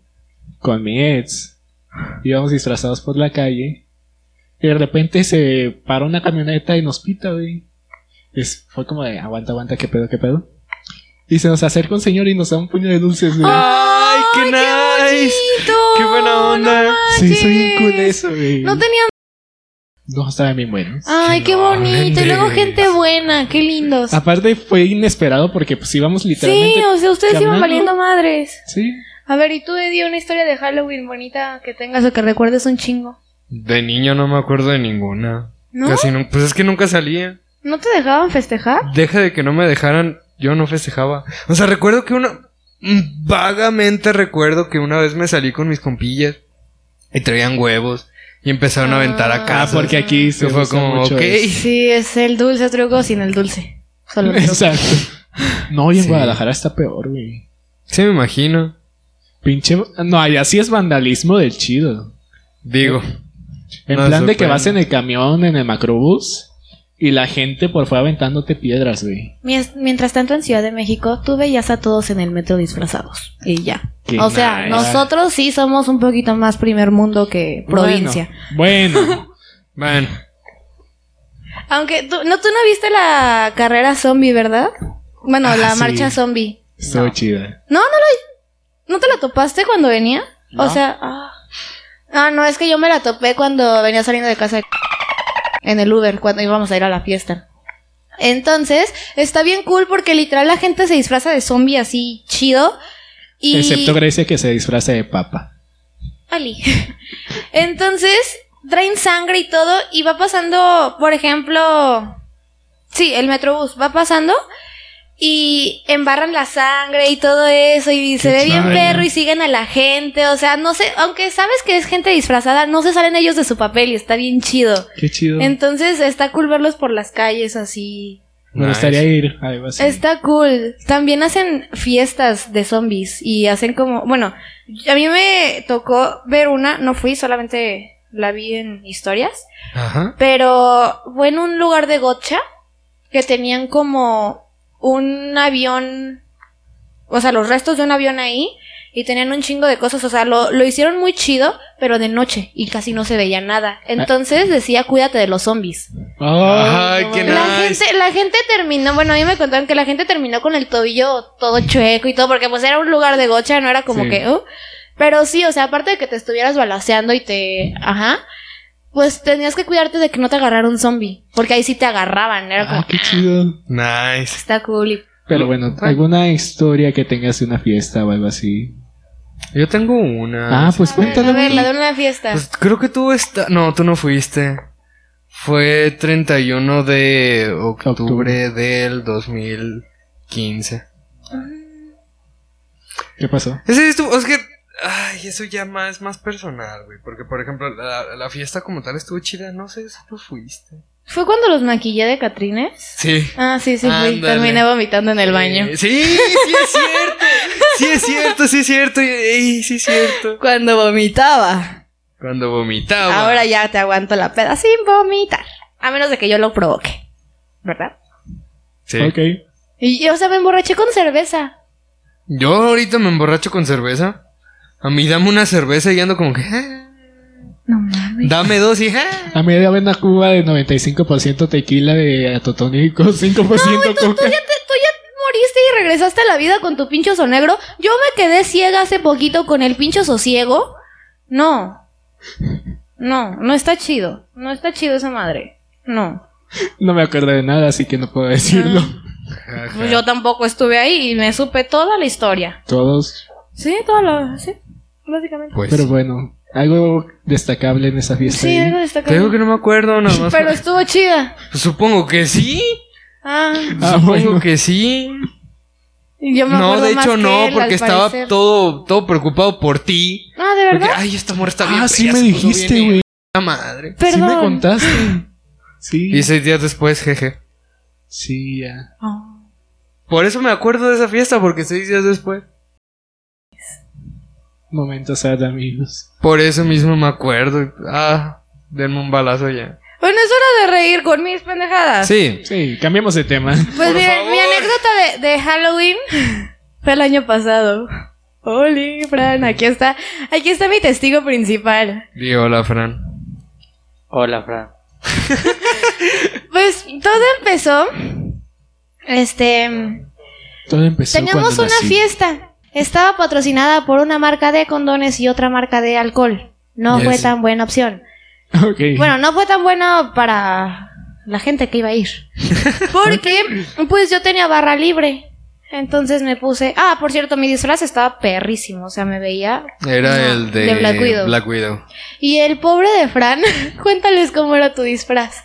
[SPEAKER 2] con mi ex, íbamos disfrazados por la calle. Y de repente se paró una camioneta y nos pita, güey. Es- fue como de, aguanta, aguanta, qué pedo, qué pedo. Y se nos acerca un señor y nos da un puño de dulces, güey.
[SPEAKER 1] Ah,
[SPEAKER 3] ¡Ay, qué
[SPEAKER 1] ¡Qué
[SPEAKER 3] nice!
[SPEAKER 1] bonito!
[SPEAKER 3] ¡Qué buena onda!
[SPEAKER 2] sí, soy bien cool
[SPEAKER 1] manches.
[SPEAKER 2] eso, güey.
[SPEAKER 1] No Ah, tenían...
[SPEAKER 2] No, estaban bien buenos.
[SPEAKER 1] ¡Ay, qué
[SPEAKER 3] no,
[SPEAKER 1] bonito! Y luego
[SPEAKER 3] hombre.
[SPEAKER 1] gente buena, qué lindos.
[SPEAKER 3] Ah,
[SPEAKER 2] Aparte fue inesperado porque pues íbamos literalmente...
[SPEAKER 1] Sí, o sea, ustedes iban
[SPEAKER 2] caminando.
[SPEAKER 1] valiendo madres.
[SPEAKER 2] Sí.
[SPEAKER 1] A ver, ¿y tú, Eddie, una historia de Halloween bonita que tengas o que recuerdes un chingo?
[SPEAKER 3] De niño no me acuerdo de ninguna.
[SPEAKER 1] ¿No?
[SPEAKER 3] Casi no. Pues es que nunca salía.
[SPEAKER 1] ¿No te dejaban festejar?
[SPEAKER 3] Deja de que no me dejaran. Yo no festejaba. O sea, recuerdo que una. mm, Vagamente recuerdo que una vez me salí con mis compillas y traían huevos y empezaron a aventar
[SPEAKER 1] Ah,
[SPEAKER 3] a
[SPEAKER 2] Ah,
[SPEAKER 3] casa.
[SPEAKER 2] porque aquí se
[SPEAKER 3] Se fue
[SPEAKER 2] usa
[SPEAKER 3] como,
[SPEAKER 2] mucho
[SPEAKER 3] ok.
[SPEAKER 2] eso.
[SPEAKER 1] Sí, es el dulce truco sin el dulce. Solo el truco.
[SPEAKER 2] Exacto. No, y en
[SPEAKER 3] Sí.
[SPEAKER 2] Guadalajara está peor, güey.
[SPEAKER 3] Sí, me imagino.
[SPEAKER 2] Pinche... No, allá sí es vandalismo del chido.
[SPEAKER 3] Digo,
[SPEAKER 2] En
[SPEAKER 3] No,
[SPEAKER 2] plan de que
[SPEAKER 3] sorprende.
[SPEAKER 2] vas en el camión, en el macrobús, y la gente por fuera aventándote piedras, güey.
[SPEAKER 1] Mies- Mientras tanto, en Ciudad de México, tú veías a todos en el metro disfrazados. Y ya.
[SPEAKER 2] Qué
[SPEAKER 1] o sea,
[SPEAKER 2] nice.
[SPEAKER 1] nosotros sí somos un poquito más primer mundo que provincia.
[SPEAKER 2] Bueno, bueno,
[SPEAKER 3] bueno,
[SPEAKER 1] Aunque tú no, tú no viste la carrera zombie, ¿verdad? Bueno,
[SPEAKER 2] Ah,
[SPEAKER 1] la
[SPEAKER 2] sí.
[SPEAKER 1] marcha zombie.
[SPEAKER 2] estuvo chida.
[SPEAKER 1] No, no lo. ¿No te la topaste cuando venía? O
[SPEAKER 4] No.
[SPEAKER 1] sea. Ah. Ah, no, es que yo me la topé cuando venía saliendo de casa de en el Uber, cuando íbamos a ir a la fiesta. Entonces, está bien cool porque literal la gente se disfraza de zombie así chido. Y...
[SPEAKER 2] Excepto Grecia que se disfraza de papa.
[SPEAKER 1] Ali. Entonces, traen sangre y todo y va pasando, por ejemplo, sí, el metrobús va pasando y embarran la sangre y todo eso y se
[SPEAKER 2] Qué
[SPEAKER 1] ve bien
[SPEAKER 2] chayo.
[SPEAKER 1] perro y siguen a la gente, o sea, no sé, aunque sabes que es gente disfrazada, no se salen ellos de su papel y está bien chido.
[SPEAKER 2] Qué chido.
[SPEAKER 1] Entonces, está cool verlos por las calles así.
[SPEAKER 2] Me
[SPEAKER 3] Nice.
[SPEAKER 2] gustaría ir a algo así.
[SPEAKER 1] Está cool. También hacen fiestas de zombies y hacen como, bueno, a mí me tocó ver una, no fui, solamente la vi en historias,
[SPEAKER 3] Ajá.
[SPEAKER 1] pero fue en un lugar de gotcha que tenían como un avión, o sea, los restos de un avión ahí y tenían un chingo de cosas, o sea, lo, lo hicieron muy chido, pero de noche y casi no se veía nada. Entonces decía, cuídate de los zombies.
[SPEAKER 3] Ay,
[SPEAKER 2] Ay,
[SPEAKER 3] qué
[SPEAKER 1] La
[SPEAKER 3] nice.
[SPEAKER 1] gente, la gente terminó, bueno, a mí me contaron que la gente terminó con el tobillo todo chueco y todo, porque pues era un lugar de gocha, no era como
[SPEAKER 2] Sí.
[SPEAKER 1] que, "Uh". pero sí, o sea, aparte de que te estuvieras balaseando y te, ajá, pues tenías que cuidarte de que no te agarrara un zombie, porque ahí sí te agarraban, era como,
[SPEAKER 2] ah, qué chido.
[SPEAKER 3] Nice.
[SPEAKER 1] está cool. y-
[SPEAKER 2] Pero bueno, ¿alguna historia que tengas de una fiesta o algo así?
[SPEAKER 3] Yo tengo una.
[SPEAKER 2] Ah, pues
[SPEAKER 1] A ver,
[SPEAKER 2] cuéntala.
[SPEAKER 1] A ver, la de una fiesta.
[SPEAKER 3] Pues creo que tú está. No, tú no fuiste. Fue 31 de octubre,
[SPEAKER 2] Octubre.
[SPEAKER 3] del 2015.
[SPEAKER 2] ¿Qué pasó?
[SPEAKER 3] Ese estuvo. Es que. Ay, eso ya más, más personal, güey. Porque, por ejemplo, la, la fiesta como tal estuvo chida. No sé si tú fuiste.
[SPEAKER 1] ¿Fue cuando los maquillé de Catrines?
[SPEAKER 3] Sí.
[SPEAKER 1] Ah, sí, sí, fui.
[SPEAKER 3] Ándale.
[SPEAKER 1] Terminé vomitando en el baño.
[SPEAKER 3] Eh, sí, sí es cierto. Sí es cierto, sí es cierto. Ey, sí es cierto.
[SPEAKER 1] Cuando vomitaba.
[SPEAKER 3] Cuando vomitaba.
[SPEAKER 1] Ahora ya te aguanto la peda sin vomitar. A menos de que yo lo provoque. ¿Verdad?
[SPEAKER 3] Sí.
[SPEAKER 2] Ok.
[SPEAKER 1] Y, o sea, me emborraché con cerveza.
[SPEAKER 3] Yo ahorita me emborracho con cerveza. A mí dame una cerveza y ando como que. "Ah".
[SPEAKER 1] No mames.
[SPEAKER 3] Dame dos y. "Ah".
[SPEAKER 2] A media vena Cuba de 95% tequila de atotónico, 5% coca.
[SPEAKER 1] Tú ya moriste y regresaste a la vida con tu pincho negro. Yo me quedé ciega hace poquito con el pincho ciego. No. No, no está chido. No está chido esa madre. No.
[SPEAKER 2] No me acuerdo de nada, así que no puedo decirlo.
[SPEAKER 1] Pues yo tampoco estuve ahí y me supe toda la historia.
[SPEAKER 2] Todos.
[SPEAKER 1] Sí, toda la. Sí, básicamente.
[SPEAKER 3] Pues.
[SPEAKER 2] Pero bueno, algo destacable en esa fiesta.
[SPEAKER 1] Sí,
[SPEAKER 2] ahí?
[SPEAKER 1] algo
[SPEAKER 3] Te digo que
[SPEAKER 1] destacable.
[SPEAKER 3] no me acuerdo nada más.
[SPEAKER 1] Pero estuvo chida.
[SPEAKER 3] Supongo que sí.
[SPEAKER 1] Ah,
[SPEAKER 2] Ah,
[SPEAKER 3] Supongo
[SPEAKER 2] bueno.
[SPEAKER 3] que sí.
[SPEAKER 1] yo me
[SPEAKER 3] No,
[SPEAKER 1] acuerdo
[SPEAKER 3] de
[SPEAKER 1] más
[SPEAKER 3] hecho
[SPEAKER 1] que
[SPEAKER 3] no,
[SPEAKER 1] él,
[SPEAKER 3] porque
[SPEAKER 1] al
[SPEAKER 3] estaba
[SPEAKER 1] parecer.
[SPEAKER 3] todo, todo preocupado por ti.
[SPEAKER 1] Ah, de
[SPEAKER 3] Porque,
[SPEAKER 1] verdad.
[SPEAKER 3] ay, esta mujer está bien.
[SPEAKER 2] Ah, sí
[SPEAKER 3] fea,
[SPEAKER 2] me
[SPEAKER 3] se puso
[SPEAKER 2] dijiste,
[SPEAKER 3] bien
[SPEAKER 2] güey.
[SPEAKER 3] La madre.
[SPEAKER 2] Sí
[SPEAKER 1] Perdón.
[SPEAKER 2] me contaste. Sí.
[SPEAKER 3] Y seis días después, jeje.
[SPEAKER 2] Sí, ya.
[SPEAKER 1] Oh.
[SPEAKER 3] Por eso me acuerdo de esa fiesta, porque seis días después.
[SPEAKER 2] Momento sad, amigos.
[SPEAKER 3] Por eso mismo me acuerdo. Ah, denme un balazo ya.
[SPEAKER 1] Bueno, es hora de reír con mis pendejadas.
[SPEAKER 3] Sí.
[SPEAKER 2] Sí, cambiemos de tema.
[SPEAKER 1] Pues
[SPEAKER 3] Por
[SPEAKER 1] miren, mi
[SPEAKER 3] favor.
[SPEAKER 1] anécdota de, de Halloween fue el año pasado. Oli, Fran, aquí está. Aquí está mi testigo principal.
[SPEAKER 3] Di hola, Fran.
[SPEAKER 4] Hola, Fran.
[SPEAKER 1] Pues todo empezó. Este.
[SPEAKER 2] Todo empezó
[SPEAKER 1] Teníamos
[SPEAKER 2] cuando
[SPEAKER 1] una
[SPEAKER 2] nací.
[SPEAKER 1] fiesta. Estaba patrocinada por una marca de condones y otra marca de alcohol. No
[SPEAKER 3] Yes.
[SPEAKER 1] fue tan buena opción.
[SPEAKER 2] Ok.
[SPEAKER 1] Bueno, no fue tan buena para la gente que iba a ir. Porque, pues yo tenía barra libre. Entonces me puse. Ah, por cierto, mi disfraz estaba perrísimo. O sea, me veía.
[SPEAKER 3] Era
[SPEAKER 1] No,
[SPEAKER 3] el de,
[SPEAKER 1] de Black Widow.
[SPEAKER 3] Black Widow.
[SPEAKER 1] Y el pobre de Fran, cuéntales cómo era tu disfraz.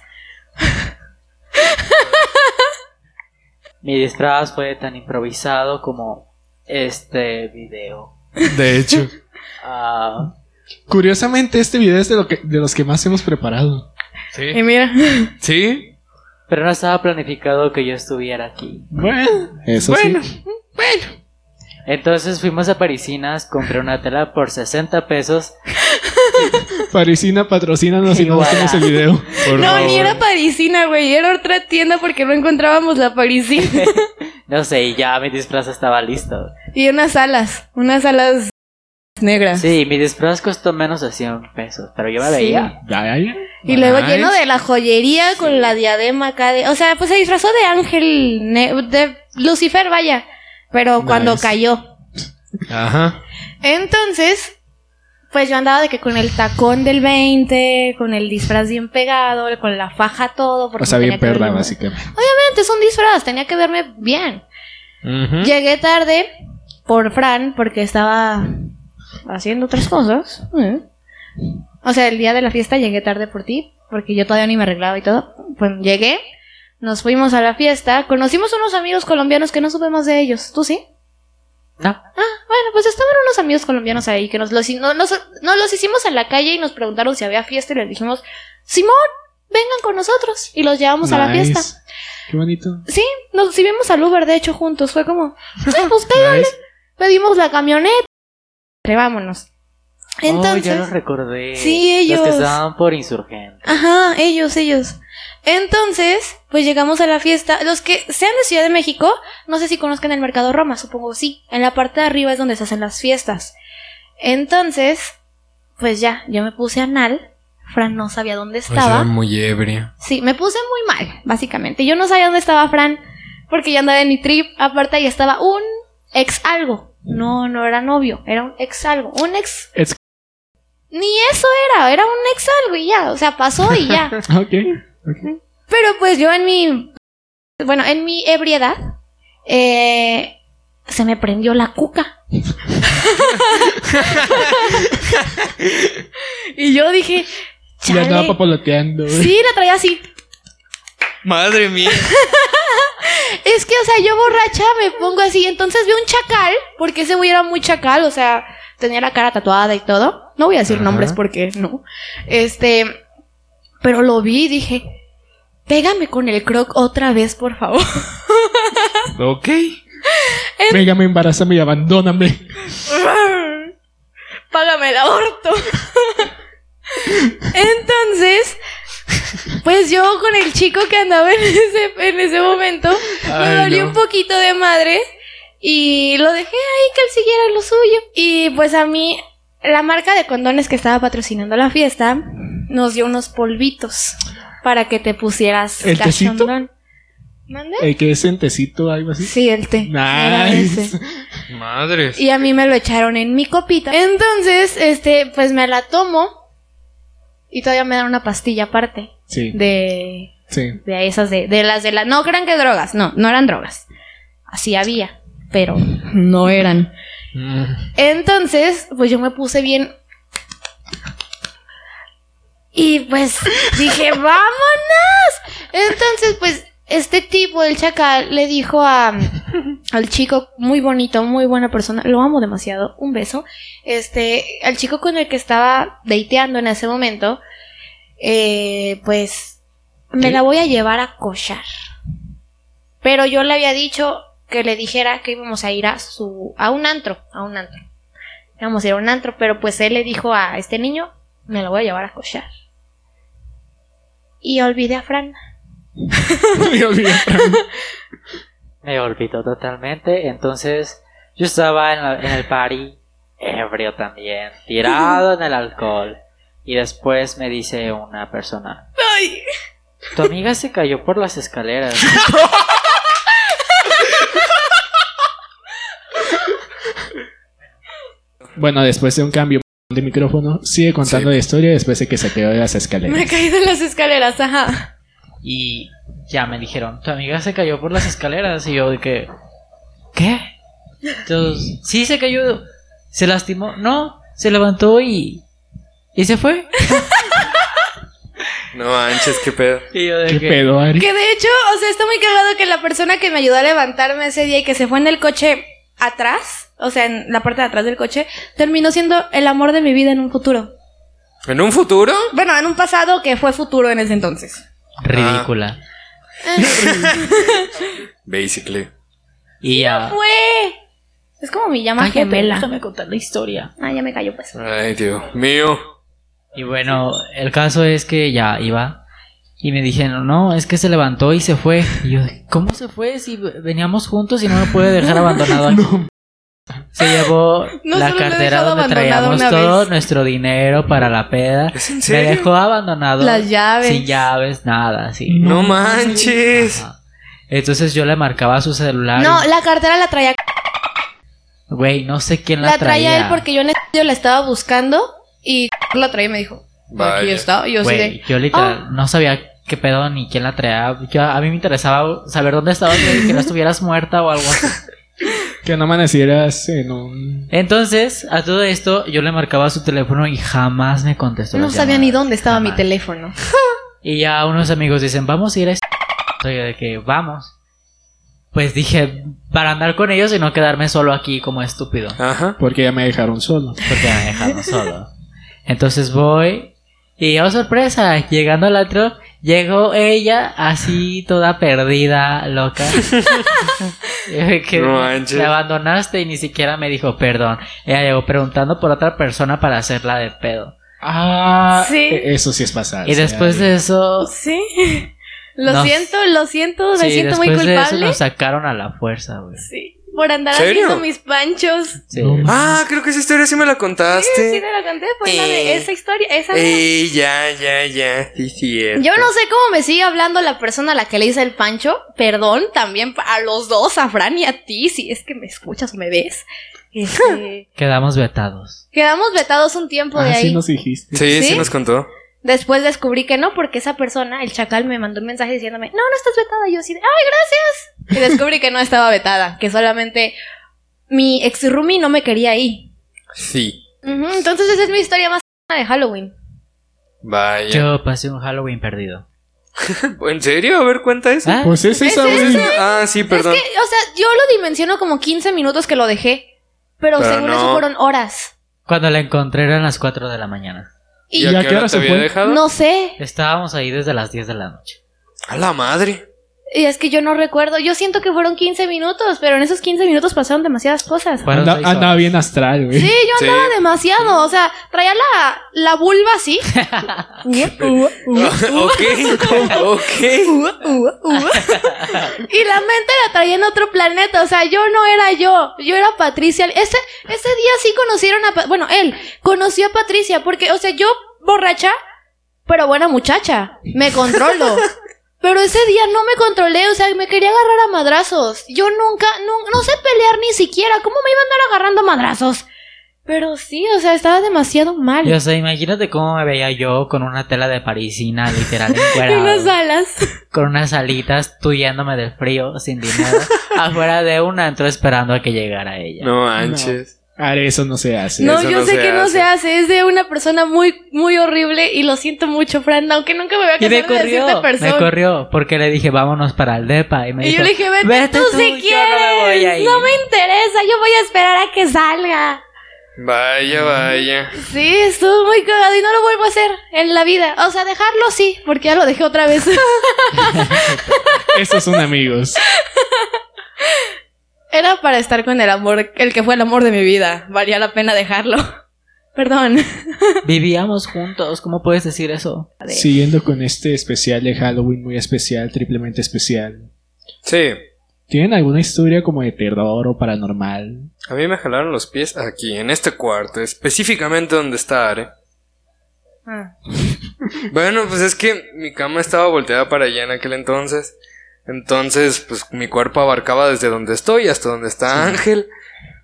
[SPEAKER 4] Mi disfraz fue tan improvisado como este video.
[SPEAKER 3] De hecho.
[SPEAKER 4] Ah,
[SPEAKER 2] Curiosamente, este video es de, lo que, de los que más hemos preparado.
[SPEAKER 1] Y
[SPEAKER 3] sí.
[SPEAKER 1] mira.
[SPEAKER 3] Sí.
[SPEAKER 4] pero no estaba planificado que yo estuviera aquí.
[SPEAKER 2] Bueno, eso
[SPEAKER 3] Bueno.
[SPEAKER 2] sí.
[SPEAKER 4] Entonces fuimos a Parisinas, compré una tela por 60 pesos.
[SPEAKER 2] Parisina, patrocínanos y no
[SPEAKER 4] Igual.
[SPEAKER 2] hacemos el video.
[SPEAKER 3] Por
[SPEAKER 1] no,
[SPEAKER 3] favor.
[SPEAKER 1] ni era parisina, güey. Era otra tienda porque no encontrábamos la parisina.
[SPEAKER 4] No sé, y ya mi disfraz estaba listo.
[SPEAKER 1] y unas alas. Unas alas negras.
[SPEAKER 4] Sí, mi disfraz costó menos de 100 pesos, pero yo me
[SPEAKER 1] Ah. Sí.
[SPEAKER 4] veía.
[SPEAKER 2] Ya, ya, ya.
[SPEAKER 1] Y luego
[SPEAKER 3] Nice.
[SPEAKER 1] lleno de la joyería con la diadema acá de... O sea, pues se disfrazó de ángel, ne- de Lucifer, vaya. Pero cuando
[SPEAKER 2] Nice.
[SPEAKER 1] cayó.
[SPEAKER 3] Ajá.
[SPEAKER 1] Entonces, pues yo andaba de que con el tacón del 20, con el disfraz bien pegado, con la faja todo.
[SPEAKER 2] O
[SPEAKER 1] porque
[SPEAKER 2] sea,
[SPEAKER 1] tenía
[SPEAKER 2] bien
[SPEAKER 1] que
[SPEAKER 2] perra,
[SPEAKER 1] verme-
[SPEAKER 2] básicamente.
[SPEAKER 1] Obviamente es un disfraz, tenía que verme bien.
[SPEAKER 3] Ujú.
[SPEAKER 1] Llegué tarde por Fran porque estaba haciendo otras cosas. ¿eh? O sea, el día de la fiesta llegué tarde por ti porque yo todavía ni me arreglaba y todo. Bueno, llegué, nos fuimos a la fiesta, conocimos unos amigos colombianos que no supe más de ellos. ¿Tú sí?
[SPEAKER 4] No,
[SPEAKER 1] Bueno, pues estaban unos amigos colombianos ahí que nos los, no- nos- nos los hicimos en la calle y nos preguntaron si había fiesta y les dijimos, Simón, vengan con nosotros y los llevamos a la
[SPEAKER 2] Nice.
[SPEAKER 1] fiesta.
[SPEAKER 2] Qué bonito.
[SPEAKER 1] Sí, nos subimos al Uber, de hecho, juntos. Fue como, sí, pues pégale.
[SPEAKER 2] Nice.
[SPEAKER 1] Pedimos la camioneta. Vámonos.
[SPEAKER 4] Entonces, Oh, ya
[SPEAKER 1] Entonces,
[SPEAKER 4] los recordé.
[SPEAKER 1] Sí,
[SPEAKER 4] Los que
[SPEAKER 1] ellos.
[SPEAKER 4] estaban por insurgente.
[SPEAKER 1] ajá, ellos, ellos. Entonces, pues llegamos a la fiesta. Los que sean de Ciudad de México, no sé si conozcan el Mercado Roma, supongo sí. En la parte de arriba es donde se hacen las fiestas. Entonces, pues ya, yo me puse anal. Fran no sabía dónde
[SPEAKER 2] Pues
[SPEAKER 1] estaba.
[SPEAKER 3] Estaba muy ebria.
[SPEAKER 1] Sí, me puse muy mal, básicamente. Yo no sabía dónde estaba Fran, porque yo andaba en mi trip. Aparte, ahí estaba un ex algo. No, no era novio, era un ex algo. Un ex.
[SPEAKER 2] Ex-
[SPEAKER 1] Ni eso era, era un ex algo y ya. O sea, pasó y ya.
[SPEAKER 2] Ok.
[SPEAKER 1] Pero pues yo en mi. Bueno, en mi ebriedad. eh, se me prendió la cuca. y yo dije.
[SPEAKER 2] Ya andaba
[SPEAKER 1] Chale.
[SPEAKER 2] papaloteando, güey.
[SPEAKER 1] Sí, la traía así.
[SPEAKER 3] Madre mía.
[SPEAKER 1] Es que, o sea, yo borracha me pongo así. Entonces vi un chacal, porque ese güey era muy chacal, o sea, tenía la cara tatuada y todo. No voy a decir
[SPEAKER 3] Ajá.
[SPEAKER 1] nombres porque no. Este, pero lo vi y dije, pégame con el croc otra vez, por favor.
[SPEAKER 3] ok.
[SPEAKER 2] Venga, me embarázame y abandóname.
[SPEAKER 1] Págame el aborto. Entonces, pues yo con el chico que andaba en ese, en ese momento, me
[SPEAKER 3] Ay,
[SPEAKER 1] dolió
[SPEAKER 3] no.
[SPEAKER 1] un poquito de madre y lo dejé ahí que él siguiera lo suyo. Y pues a mí, la marca de condones que estaba patrocinando la fiesta nos dio unos polvitos para que te pusieras
[SPEAKER 2] ¿El tecito?
[SPEAKER 1] cachondón. ¿Mande?
[SPEAKER 2] El que es centecito o algo así.
[SPEAKER 1] Sí, el té. Era ese.
[SPEAKER 2] Nice.
[SPEAKER 3] Madres.
[SPEAKER 1] Y a mí me lo echaron en mi copita. Entonces, este, pues me la tomo. Y todavía me dan una pastilla aparte.
[SPEAKER 2] Sí,
[SPEAKER 1] De,
[SPEAKER 2] sí.
[SPEAKER 1] de esas, de, de las de las. No crean que drogas. No, no eran drogas. Así había. Pero no eran.
[SPEAKER 3] Mm.
[SPEAKER 1] Entonces, pues yo me puse bien. Y pues dije, vámonos. Entonces, pues este tipo, el chacal, le dijo a, al chico muy bonito, muy buena persona, lo amo demasiado, un beso. Este, al chico con el que estaba dateando en ese momento, eh, pues me la voy a llevar a cochar. Pero yo le había dicho que le dijera que íbamos a ir a su a un antro, a un antro. Íbamos a ir a un antro, pero pues él le dijo a este niño, me lo voy a llevar a cochar. Y olvidé a Fran.
[SPEAKER 2] Me olvidé.
[SPEAKER 4] Me olvidó totalmente. Entonces, yo estaba en, la- en el party, ebrio también, tirado en el alcohol. Y después me dice una persona:
[SPEAKER 1] Ay,
[SPEAKER 4] Tu amiga se cayó por las escaleras.
[SPEAKER 2] Bueno, después de un cambio de micrófono, sigue contando la historia después de que se quedó de las escaleras.
[SPEAKER 1] me caí de las escaleras, ajá.
[SPEAKER 4] Y ya me dijeron, tu amiga se cayó por las escaleras. Y yo de que, ¿qué? Entonces, sí se cayó. ¿Se lastimó? No, se levantó y... ¿Y se fue?
[SPEAKER 6] No manches, qué pedo.
[SPEAKER 4] Y yo de
[SPEAKER 2] ¿Qué
[SPEAKER 4] que...
[SPEAKER 2] pedo, Ari?
[SPEAKER 1] Que de hecho, o sea, está muy cagado que la persona que me ayudó a levantarme ese día y que se fue en el coche atrás, o sea, en la parte de atrás del coche, terminó siendo el amor de mi vida en un futuro.
[SPEAKER 6] ¿En un futuro?
[SPEAKER 1] Bueno, en un pasado que fue futuro en ese entonces.
[SPEAKER 4] "Ah, Ridícula.
[SPEAKER 1] Ah,
[SPEAKER 6] Basically.
[SPEAKER 4] Y ya...
[SPEAKER 1] ¡Fue! Es como mi llama
[SPEAKER 4] Cállate,
[SPEAKER 1] gemela.
[SPEAKER 4] déjame contar la historia.
[SPEAKER 1] Ah, ya me cayó pues.
[SPEAKER 6] Ay, Dios mío.
[SPEAKER 4] Y bueno, el caso es que ya iba. Y me dijeron, no, es que se levantó y se fue. Y yo, ¿cómo se fue? Si veníamos juntos y no me puede dejar abandonado aquí. Se llevó
[SPEAKER 1] No,
[SPEAKER 4] la
[SPEAKER 1] solo lo he
[SPEAKER 4] cartera
[SPEAKER 1] dejado
[SPEAKER 4] donde
[SPEAKER 1] abandonado
[SPEAKER 4] traíamos
[SPEAKER 1] una
[SPEAKER 4] todo
[SPEAKER 1] vez.
[SPEAKER 4] nuestro dinero para la peda.
[SPEAKER 6] ¿Es en
[SPEAKER 4] Me
[SPEAKER 6] serio?
[SPEAKER 4] dejó abandonado.
[SPEAKER 1] Las llaves.
[SPEAKER 4] Sin llaves, nada, sí.
[SPEAKER 6] No manches.
[SPEAKER 4] Ajá. Entonces yo le marcaba su celular.
[SPEAKER 1] No, la cartera la traía.
[SPEAKER 4] y- Güey, no sé quién la,
[SPEAKER 1] La traía él porque yo en estudio la estaba buscando y la traía y me dijo. Aquí
[SPEAKER 6] Vaya.
[SPEAKER 1] está. Y yo sí
[SPEAKER 4] Güey,
[SPEAKER 1] de. "Ah".
[SPEAKER 4] yo literal no sabía qué pedo ni quién la traía. Yo- a mí me interesaba saber dónde estabas, güey, que no estuvieras muerta o algo así.
[SPEAKER 2] Que no amanecieras en un...
[SPEAKER 4] Entonces, a todo esto, yo le marcaba su teléfono y jamás me contestó.
[SPEAKER 1] No
[SPEAKER 4] las
[SPEAKER 1] sabía ni
[SPEAKER 4] llamadas,
[SPEAKER 1] dónde estaba mi
[SPEAKER 4] jamás.
[SPEAKER 1] teléfono.
[SPEAKER 4] Y ya unos amigos dicen, vamos a ir a este... Soy yo de que, vamos. Pues dije, para andar con ellos y no quedarme solo aquí como estúpido.
[SPEAKER 6] Ajá.
[SPEAKER 2] Porque ya me dejaron solo.
[SPEAKER 4] Porque me dejaron solo. Entonces voy y, oh sorpresa, llegando al otro, Llegó ella así toda perdida, loca. Eh, que
[SPEAKER 6] No manches.
[SPEAKER 4] me abandonaste y ni siquiera me dijo perdón. Ella llegó preguntando por otra persona para hacerla de pedo.
[SPEAKER 2] Ah,
[SPEAKER 1] Sí.
[SPEAKER 2] e- eso sí es pasar.
[SPEAKER 4] Y después de eso,
[SPEAKER 1] Oh, Sí. Lo
[SPEAKER 4] Nos-
[SPEAKER 1] siento, lo siento, me
[SPEAKER 4] sí,
[SPEAKER 1] siento muy
[SPEAKER 4] después de eso
[SPEAKER 1] culpable.
[SPEAKER 4] nos sacaron a la fuerza, güey.
[SPEAKER 1] Sí. Por andar
[SPEAKER 6] ¿Serio?
[SPEAKER 1] haciendo mis panchos.
[SPEAKER 4] Sí.
[SPEAKER 2] No mames.
[SPEAKER 6] Ah, creo que esa historia sí me la
[SPEAKER 1] Sí,
[SPEAKER 6] contaste.
[SPEAKER 1] te la conté, fue la de
[SPEAKER 6] Eh.
[SPEAKER 1] esa historia, esa
[SPEAKER 6] Ey, ya, ya, ya. Sí, cierto.
[SPEAKER 1] Yo no sé cómo me sigue hablando la persona a la que le hice el pancho. Perdón, también pa- a los dos, a Fran y a ti, si es que me escuchas o me ves. Este,
[SPEAKER 4] Quedamos vetados.
[SPEAKER 1] quedamos vetados un tiempo de
[SPEAKER 2] Ah,
[SPEAKER 1] ahí.
[SPEAKER 2] sí nos dijiste.
[SPEAKER 6] Sí, sí
[SPEAKER 1] ¿Sí?
[SPEAKER 6] nos contó.
[SPEAKER 1] Después descubrí que no, porque esa persona, el chacal, me mandó un mensaje diciéndome, no, no estás vetada. Y yo así de, ay, gracias. Y descubrí que no estaba vetada, que solamente mi ex roomie no me quería ahí.
[SPEAKER 6] Sí.
[SPEAKER 1] Ujú, entonces esa es mi historia más de Halloween.
[SPEAKER 6] Vaya.
[SPEAKER 4] Yo pasé un Halloween perdido.
[SPEAKER 6] ¿En serio? A ver, cuenta eso.
[SPEAKER 4] ¿Ah?
[SPEAKER 2] Pues es esa,
[SPEAKER 1] ¿Es
[SPEAKER 2] güey.
[SPEAKER 6] Ah, sí, perdón.
[SPEAKER 1] Es que, o sea, yo lo dimensiono como 15 minutos que lo dejé, pero,
[SPEAKER 6] Pero
[SPEAKER 1] según
[SPEAKER 6] no.
[SPEAKER 1] eso fueron horas.
[SPEAKER 4] Ah, Cuando la encontré eran las 4 de la mañana.
[SPEAKER 1] Y
[SPEAKER 2] ¿Y a qué hora
[SPEAKER 6] te
[SPEAKER 2] se
[SPEAKER 6] había
[SPEAKER 2] fue?
[SPEAKER 6] dejado?
[SPEAKER 1] No sé.
[SPEAKER 4] Estábamos ahí desde las 10 de la noche.
[SPEAKER 6] A la madre.
[SPEAKER 1] Y es que yo no recuerdo. Yo siento que fueron 15 minutos, pero en esos 15 minutos pasaron demasiadas cosas.
[SPEAKER 4] Fueron
[SPEAKER 2] Anda-
[SPEAKER 4] seis horas.
[SPEAKER 2] andaba bien astral, güey.
[SPEAKER 1] Sí, yo
[SPEAKER 6] Sí.
[SPEAKER 1] andaba demasiado. O sea, traía la, la vulva así.
[SPEAKER 6] ok, ok.
[SPEAKER 1] y la mente la traía en otro planeta. O sea, yo no era yo. Yo era Patricia. Ese, ese día sí conocieron a... Pa- Bueno, él conoció a Patricia porque, o sea, yo borracha, pero buena muchacha. Me controlo. Pero ese día no me controlé, o sea, me quería agarrar a madrazos. Yo nunca, no, no sé pelear ni siquiera. ¿Cómo me iba a andar agarrando a madrazos? Pero sí, o sea, estaba demasiado mal.
[SPEAKER 4] Y, o sea, imagínate cómo me veía yo con una tela de parisina, literal,
[SPEAKER 1] Y
[SPEAKER 4] encuerado,
[SPEAKER 1] unas alas.
[SPEAKER 4] con unas alitas, tuyéndome del frío, sin dinero, afuera de un antro esperando a que llegara ella.
[SPEAKER 6] No manches.
[SPEAKER 2] Ah, eso no se hace.
[SPEAKER 1] No,
[SPEAKER 6] eso
[SPEAKER 1] yo
[SPEAKER 6] no
[SPEAKER 1] sé
[SPEAKER 6] se
[SPEAKER 1] que no
[SPEAKER 6] hace.
[SPEAKER 1] se hace. Es de una persona muy, muy horrible y lo siento mucho, Fran, aunque nunca me voy a
[SPEAKER 4] Y
[SPEAKER 1] casar
[SPEAKER 4] me
[SPEAKER 1] de
[SPEAKER 4] corrió,
[SPEAKER 1] cierta persona.
[SPEAKER 4] me corrió, porque le dije, vámonos para el depa. Y me
[SPEAKER 1] y
[SPEAKER 4] dijo,
[SPEAKER 1] yo le dije, vete,
[SPEAKER 4] "Vete
[SPEAKER 1] tú,
[SPEAKER 4] tú, yo
[SPEAKER 1] si
[SPEAKER 4] no me
[SPEAKER 1] quieres.
[SPEAKER 4] voy a ir".
[SPEAKER 1] no me interesa, yo voy a esperar a que salga.
[SPEAKER 6] Vaya, vaya.
[SPEAKER 1] Sí, estuvo muy cagado y no lo vuelvo a hacer en la vida. O sea, dejarlo sí, porque ya lo dejé otra vez.
[SPEAKER 2] Esos son amigos.
[SPEAKER 1] Era para estar con el amor, el que fue el amor de mi vida. Valía la pena dejarlo. Perdón.
[SPEAKER 4] vivíamos juntos, ¿cómo puedes decir eso?
[SPEAKER 2] Siguiendo con este especial de Halloween, muy especial, triplemente especial.
[SPEAKER 6] Sí.
[SPEAKER 2] ¿Tienen alguna historia como de terror o paranormal?
[SPEAKER 6] A mí me jalaron los pies aquí, en este cuarto, específicamente donde está Are. Bueno, pues es que mi cama estaba volteada para allá en aquel entonces. Entonces, pues mi cuerpo abarcaba desde donde estoy hasta donde está Ángel.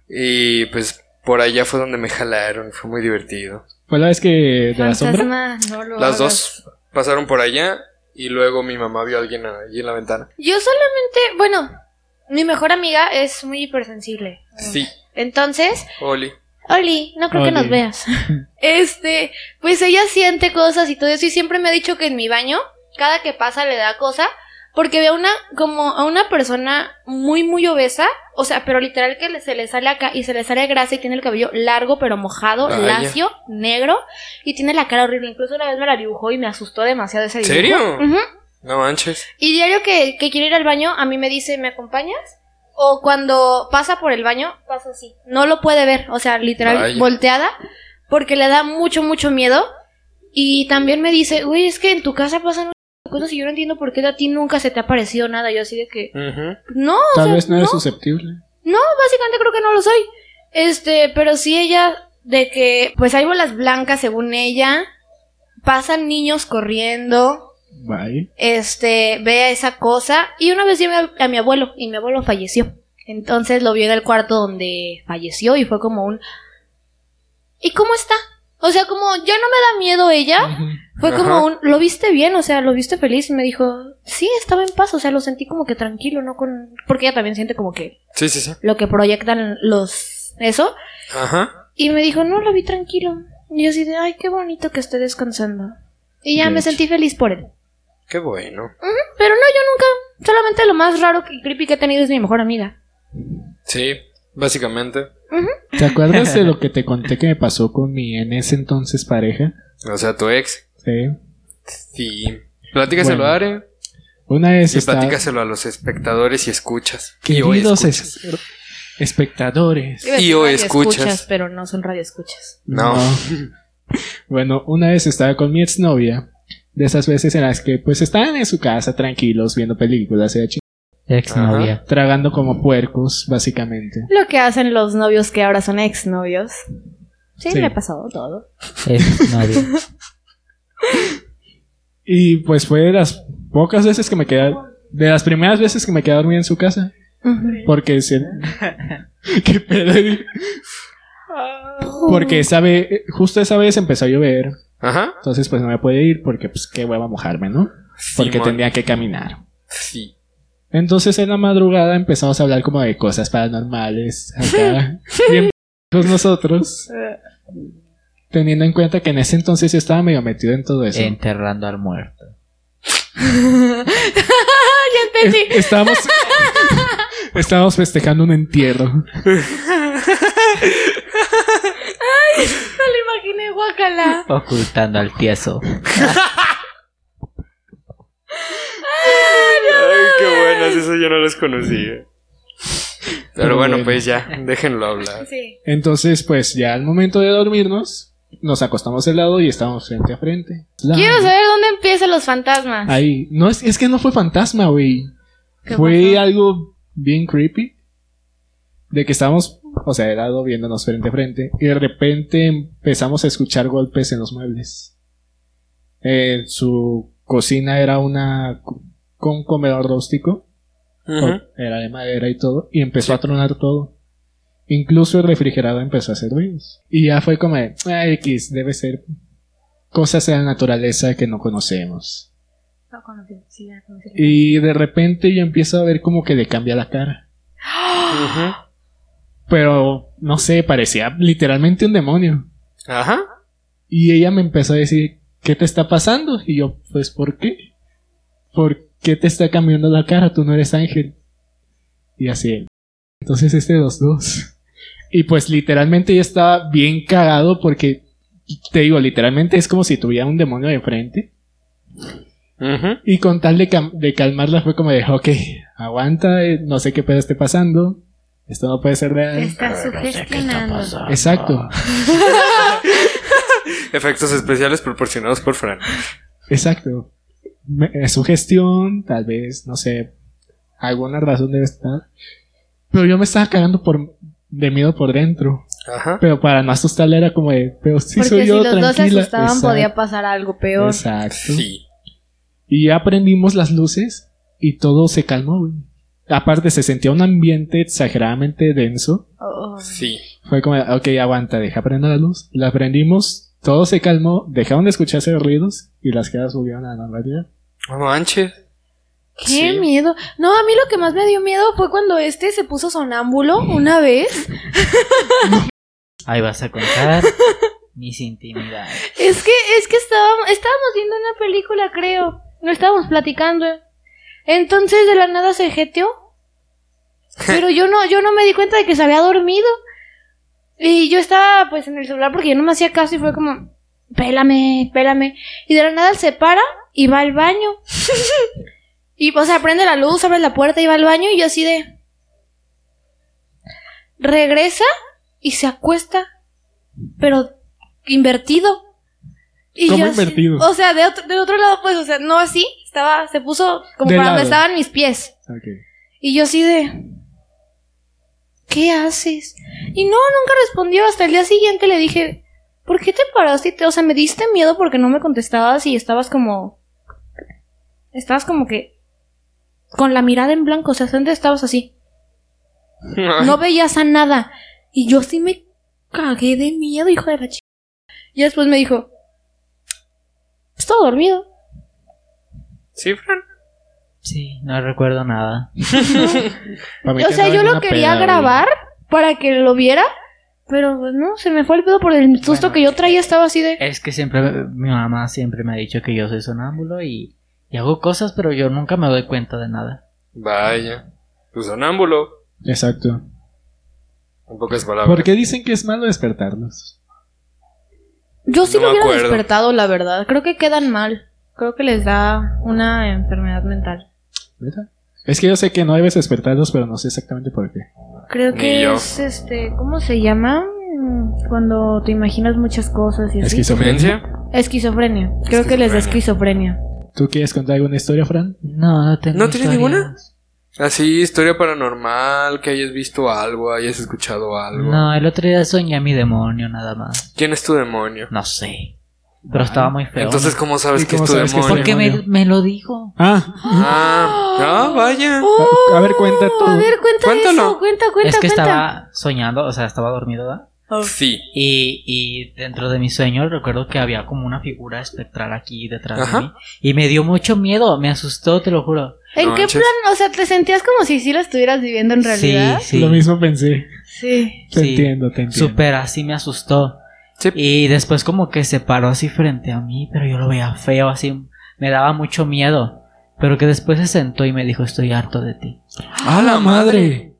[SPEAKER 6] Y pues por allá fue donde me jalaron, fue muy divertido.
[SPEAKER 2] ¿Fue la vez que de la sombra?
[SPEAKER 1] Fantasma, no lo
[SPEAKER 6] Las
[SPEAKER 1] hagas.
[SPEAKER 6] dos pasaron por allá y luego mi mamá vio a alguien allí en la ventana.
[SPEAKER 1] Yo solamente, bueno, mi mejor amiga es muy hipersensible.
[SPEAKER 6] Sí,
[SPEAKER 1] Entonces,
[SPEAKER 6] Oli.
[SPEAKER 1] Oli, no creo que nos
[SPEAKER 2] Oli.
[SPEAKER 1] veas. Este, pues ella siente cosas y todo eso y siempre me ha dicho que en mi baño, cada que pasa le da cosa, porque ve a una, como a una persona muy, muy obesa, o sea, pero literal que le- se le sale acá y se le sale grasa y tiene el cabello largo pero mojado,
[SPEAKER 6] Vaya.
[SPEAKER 1] lacio, negro y tiene la cara horrible. Incluso una vez me la dibujó y me asustó demasiado ese dibujo.
[SPEAKER 6] ¿Serio?
[SPEAKER 1] Ujú.
[SPEAKER 6] No manches.
[SPEAKER 1] Y diario que, que quiero ir al baño, a mí me dice, ¿me acompañas? O cuando pasa por el baño, pasa así. No lo puede ver, o sea, literal,
[SPEAKER 6] Vaya.
[SPEAKER 1] volteada, porque le da mucho, mucho miedo. Y también me dice, güey, es que en tu casa pasan muchas cosas y yo no entiendo por qué a ti nunca se te ha parecido nada. Yo así de que,
[SPEAKER 6] Ujú.
[SPEAKER 1] no,
[SPEAKER 2] Tal
[SPEAKER 1] sea,
[SPEAKER 2] vez no eres
[SPEAKER 1] no.
[SPEAKER 2] susceptible.
[SPEAKER 1] básicamente creo que no lo soy. Este, pero sí ella, de que, pues hay bolas blancas según ella, pasan niños corriendo,
[SPEAKER 2] Bye.
[SPEAKER 1] este, ve esa cosa y una vez llevé a, a mi abuelo y mi abuelo falleció. Entonces lo vi en el cuarto donde falleció y fue como un... ¿Y cómo está? O sea, como ya no me da miedo ella, fue
[SPEAKER 6] Ajá.
[SPEAKER 1] como un... ¿Lo viste bien? O sea, ¿lo viste feliz? Y me dijo, sí, estaba en paz, o sea, lo sentí como que tranquilo, ¿no? con Porque ella también siente como que
[SPEAKER 6] Sí, sí, sí.
[SPEAKER 1] lo que proyectan los... Eso.
[SPEAKER 6] Ajá.
[SPEAKER 1] Y me dijo, no, lo vi tranquilo. Y yo así de, ay, qué bonito que esté descansando. Y ya
[SPEAKER 2] De
[SPEAKER 1] me
[SPEAKER 2] hecho.
[SPEAKER 1] sentí feliz por él.
[SPEAKER 6] Qué bueno.
[SPEAKER 1] Pero no, yo nunca. Solamente lo más raro y creepy que he tenido es mi mejor amiga.
[SPEAKER 6] Sí, básicamente.
[SPEAKER 2] ¿Te acuerdas de lo que te conté que me pasó con mi en ese entonces pareja?
[SPEAKER 6] O sea, tu ex.
[SPEAKER 2] Sí.
[SPEAKER 6] Sí. Platícaselo
[SPEAKER 2] Bueno.
[SPEAKER 6] a Are
[SPEAKER 2] Una vez
[SPEAKER 6] y
[SPEAKER 2] está-
[SPEAKER 6] platícaselo a los espectadores y escuchas. y o
[SPEAKER 2] Queridos
[SPEAKER 6] escuchas.
[SPEAKER 2] es- espectadores.
[SPEAKER 1] Iba a decir
[SPEAKER 6] Y o
[SPEAKER 1] radioescuchas,
[SPEAKER 6] escuchas.
[SPEAKER 1] Pero no son radioescuchas.
[SPEAKER 6] No.
[SPEAKER 2] bueno, una vez estaba con mi exnovia. De esas veces en las que pues estaban en su casa tranquilos viendo películas y la chi-
[SPEAKER 6] Exnovia.
[SPEAKER 7] Exnovia.
[SPEAKER 2] tragando como puercos, básicamente.
[SPEAKER 1] Lo que hacen los novios que ahora son exnovios. Sí,
[SPEAKER 2] Sí.
[SPEAKER 1] le ha pasado todo.
[SPEAKER 7] Exnovia.
[SPEAKER 2] Y pues fue de las pocas veces que me quedé, de las primeras veces que me quedé dormida en su casa. Porque se... Qué pedo.
[SPEAKER 6] Ah.
[SPEAKER 2] Porque esa ve- justo esa vez empezó a llover.
[SPEAKER 6] Ajá.
[SPEAKER 2] Entonces pues no me puede ir porque pues qué hueva mojarme, ¿no? Porque
[SPEAKER 6] Simón.
[SPEAKER 2] tendría que caminar.
[SPEAKER 6] Sí.
[SPEAKER 2] Entonces en la madrugada empezamos a hablar como de cosas paranormales acá. bien con nosotros. Teniendo en cuenta que en ese entonces yo estaba medio metido en todo eso.
[SPEAKER 7] Enterrando al muerto.
[SPEAKER 1] ya
[SPEAKER 2] Es-
[SPEAKER 1] entendí.
[SPEAKER 2] estábamos, estábamos festejando un entierro.
[SPEAKER 1] No lo imaginé, guacala.
[SPEAKER 7] Ocultando al tieso.
[SPEAKER 6] Ay, qué buenas, eso yo no los conocía. Pero
[SPEAKER 2] Pero
[SPEAKER 6] bueno,
[SPEAKER 2] bueno.
[SPEAKER 6] pues ya, déjenlo hablar.
[SPEAKER 1] Sí.
[SPEAKER 2] Entonces, pues ya al momento de dormirnos, nos acostamos al lado y estábamos frente a frente. La-
[SPEAKER 1] Quiero saber dónde empiezan los fantasmas.
[SPEAKER 2] Ahí. No, es, es que no fue fantasma, güey.
[SPEAKER 1] ¿Qué
[SPEAKER 2] Fue
[SPEAKER 1] pasó?
[SPEAKER 2] algo bien creepy. De que estábamos, o sea, de lado viéndonos frente a frente. Y de repente empezamos a escuchar golpes en los muebles. Eh, su cocina era una. co- con comedor rústico.
[SPEAKER 6] Ujú.
[SPEAKER 2] Era de madera y todo. Y empezó a tronar todo. Incluso el refrigerador empezó a hacer ruidos. Y ya fue como de, "Ah, X, debe ser cosas de la naturaleza que no conocemos.
[SPEAKER 1] No conocí, sí, ya conocí.
[SPEAKER 2] Y de repente yo empiezo a ver como que le cambia la cara.
[SPEAKER 6] Ujú.
[SPEAKER 2] Pero no sé, parecía literalmente un demonio.
[SPEAKER 6] Ajá.
[SPEAKER 2] Y ella me empezó a decir, ¿qué te está pasando? Y yo, pues, ¿por qué? ¿Por qué te está cambiando la cara? Tú no eres ángel. Y así. Entonces este dos dos. Y pues literalmente yo estaba bien cagado porque, te digo, literalmente es como si tuviera un demonio de frente.
[SPEAKER 6] Ujú.
[SPEAKER 2] Y con tal de, cam- de calmarla fue como de, ok, aguanta, eh, no sé qué pedo esté pasando, esto no puede ser
[SPEAKER 1] Te
[SPEAKER 2] real.
[SPEAKER 1] estás sugestionando.
[SPEAKER 2] Exacto,
[SPEAKER 6] Efectos especiales proporcionados por Fran.
[SPEAKER 2] exacto. Me- eh, su gestión, tal vez, no sé, alguna razón debe estar. Pero yo me estaba cagando por, de miedo por dentro.
[SPEAKER 6] Ajá.
[SPEAKER 2] Pero para no asustarla era como de, pero sí
[SPEAKER 1] Porque
[SPEAKER 2] soy
[SPEAKER 1] si
[SPEAKER 2] yo,
[SPEAKER 1] los
[SPEAKER 2] tranquila.
[SPEAKER 1] dos se asustaban,
[SPEAKER 2] Exacto,
[SPEAKER 1] podía pasar algo peor.
[SPEAKER 2] Exacto.
[SPEAKER 6] Sí.
[SPEAKER 2] Y ya prendimos las luces y todo se calmó, güey. Aparte, se sentía un ambiente exageradamente denso.
[SPEAKER 1] Oh, oh.
[SPEAKER 6] Sí.
[SPEAKER 2] Fue como, ok, aguanta, deja prender la luz. La prendimos, todo se calmó, dejaron de escucharse ruidos y las quedas volvieron a la normalidad.
[SPEAKER 6] No manches.
[SPEAKER 1] Qué
[SPEAKER 6] Sí.
[SPEAKER 1] miedo. No, a mí lo que más me dio miedo fue cuando este se puso sonámbulo una vez.
[SPEAKER 7] Ahí vas a contar mis intimidades.
[SPEAKER 1] Es que, es que estábamos, estábamos viendo una película, creo. No estábamos platicando. Entonces de la nada se jeteó. Pero yo no, yo no me di cuenta de que se había dormido. Y yo estaba pues en el celular porque yo no me hacía caso y fue como, pélame, pélame. Y de la nada se para y va al baño. y o sea, prende la luz, abre la puerta y va al baño y yo así de... Regresa y se acuesta. Pero invertido. Y
[SPEAKER 2] ¿Cómo
[SPEAKER 1] yo así-
[SPEAKER 2] invertido?
[SPEAKER 1] o sea, de otro, del otro lado, pues, o sea, no así. Estaba, se puso como
[SPEAKER 2] De
[SPEAKER 1] para donde
[SPEAKER 2] lado.
[SPEAKER 1] estaban mis pies. Y yo así de... ¿Qué haces? Y no, nunca respondió. Hasta el día siguiente le dije, ¿por qué te paraste? y te- O sea, me diste miedo porque no me contestabas y estabas como... Estabas como que... Con la mirada en blanco, o sea, siempre estabas así. No veías a nada. Y yo sí me cagué de miedo, hijo de la chica. Y después me dijo, estaba dormido.
[SPEAKER 6] Sí, Fran.
[SPEAKER 7] Sí, no recuerdo nada.
[SPEAKER 2] Pa' mí
[SPEAKER 1] O
[SPEAKER 2] que
[SPEAKER 1] sea,
[SPEAKER 2] andaba
[SPEAKER 1] yo
[SPEAKER 2] en
[SPEAKER 1] lo
[SPEAKER 2] una
[SPEAKER 1] quería
[SPEAKER 2] peda, güey.
[SPEAKER 1] grabar para que lo viera, pero pues, no, se me fue el pedo por el susto
[SPEAKER 7] Bueno.
[SPEAKER 1] que yo traía, estaba así de...
[SPEAKER 7] Es que siempre, mi mamá siempre me ha dicho que yo soy sonámbulo y, y hago cosas, pero yo nunca me doy cuenta de nada.
[SPEAKER 6] Vaya. Tu sonámbulo.
[SPEAKER 2] Exacto.
[SPEAKER 6] En pocas palabras.
[SPEAKER 2] ¿Por qué dicen que es malo despertarlos?
[SPEAKER 1] Yo sí
[SPEAKER 6] No
[SPEAKER 1] lo
[SPEAKER 6] me
[SPEAKER 1] hubiera
[SPEAKER 6] acuerdo.
[SPEAKER 1] despertado, la verdad. Creo que quedan mal. Creo que les da una enfermedad mental.
[SPEAKER 2] ¿Verdad? Es que yo sé que no debes despertarlos, pero no sé exactamente por qué.
[SPEAKER 1] Creo
[SPEAKER 6] Ni
[SPEAKER 1] que
[SPEAKER 6] yo.
[SPEAKER 1] es este, ¿cómo se llama? Mm, Cuando te imaginas muchas cosas y así.
[SPEAKER 2] Esquizofrenia.
[SPEAKER 6] ¿Demencia?
[SPEAKER 1] Esquizofrenia. Creo que les da esquizofrenia.
[SPEAKER 2] ¿Tú quieres contar alguna historia, Fran?
[SPEAKER 4] No, no tengo.
[SPEAKER 6] ¿No
[SPEAKER 4] historias.
[SPEAKER 6] tienes ninguna? Así, Ah, historia paranormal, que hayas visto algo, hayas escuchado algo.
[SPEAKER 4] No, el otro día soñé a mi demonio nada más.
[SPEAKER 6] ¿Quién es tu demonio?
[SPEAKER 4] No sé. Pero estaba muy feo.
[SPEAKER 6] Entonces, ¿cómo sabes
[SPEAKER 2] ¿Y
[SPEAKER 6] que es
[SPEAKER 2] cómo
[SPEAKER 6] tu
[SPEAKER 2] sabes que es tu
[SPEAKER 6] demonio?
[SPEAKER 4] Porque me,
[SPEAKER 2] demonio.
[SPEAKER 4] me lo dijo.
[SPEAKER 2] Ah,
[SPEAKER 6] Ah, ah, vaya.
[SPEAKER 2] a- a ver, cuenta tú.
[SPEAKER 1] A ver, cuenta
[SPEAKER 6] Cuéntalo.
[SPEAKER 1] eso. Cuenta, cuenta,
[SPEAKER 4] es que
[SPEAKER 1] cuenta.
[SPEAKER 4] estaba soñando, o sea, estaba dormido, ¿verdad?
[SPEAKER 6] Sí.
[SPEAKER 4] Y, y dentro de mi sueño recuerdo que había como una figura espectral aquí detrás
[SPEAKER 6] Ajá.
[SPEAKER 4] de mí. Y me dio mucho miedo, me asustó, te lo juro.
[SPEAKER 1] ¿En
[SPEAKER 6] No
[SPEAKER 1] qué
[SPEAKER 6] manches.
[SPEAKER 1] plan? O sea, ¿te sentías como si sí lo estuvieras viviendo en realidad?
[SPEAKER 4] Sí, sí.
[SPEAKER 2] lo mismo pensé.
[SPEAKER 1] Sí.
[SPEAKER 2] Te
[SPEAKER 4] Sí.
[SPEAKER 2] entiendo, te entiendo.
[SPEAKER 4] Súper así me asustó.
[SPEAKER 6] Sí.
[SPEAKER 4] Y después como que se paró así frente a mí, pero yo lo veía feo, así me daba mucho miedo. Pero que después se sentó y me dijo, estoy harto de ti.
[SPEAKER 2] ¡A la madre!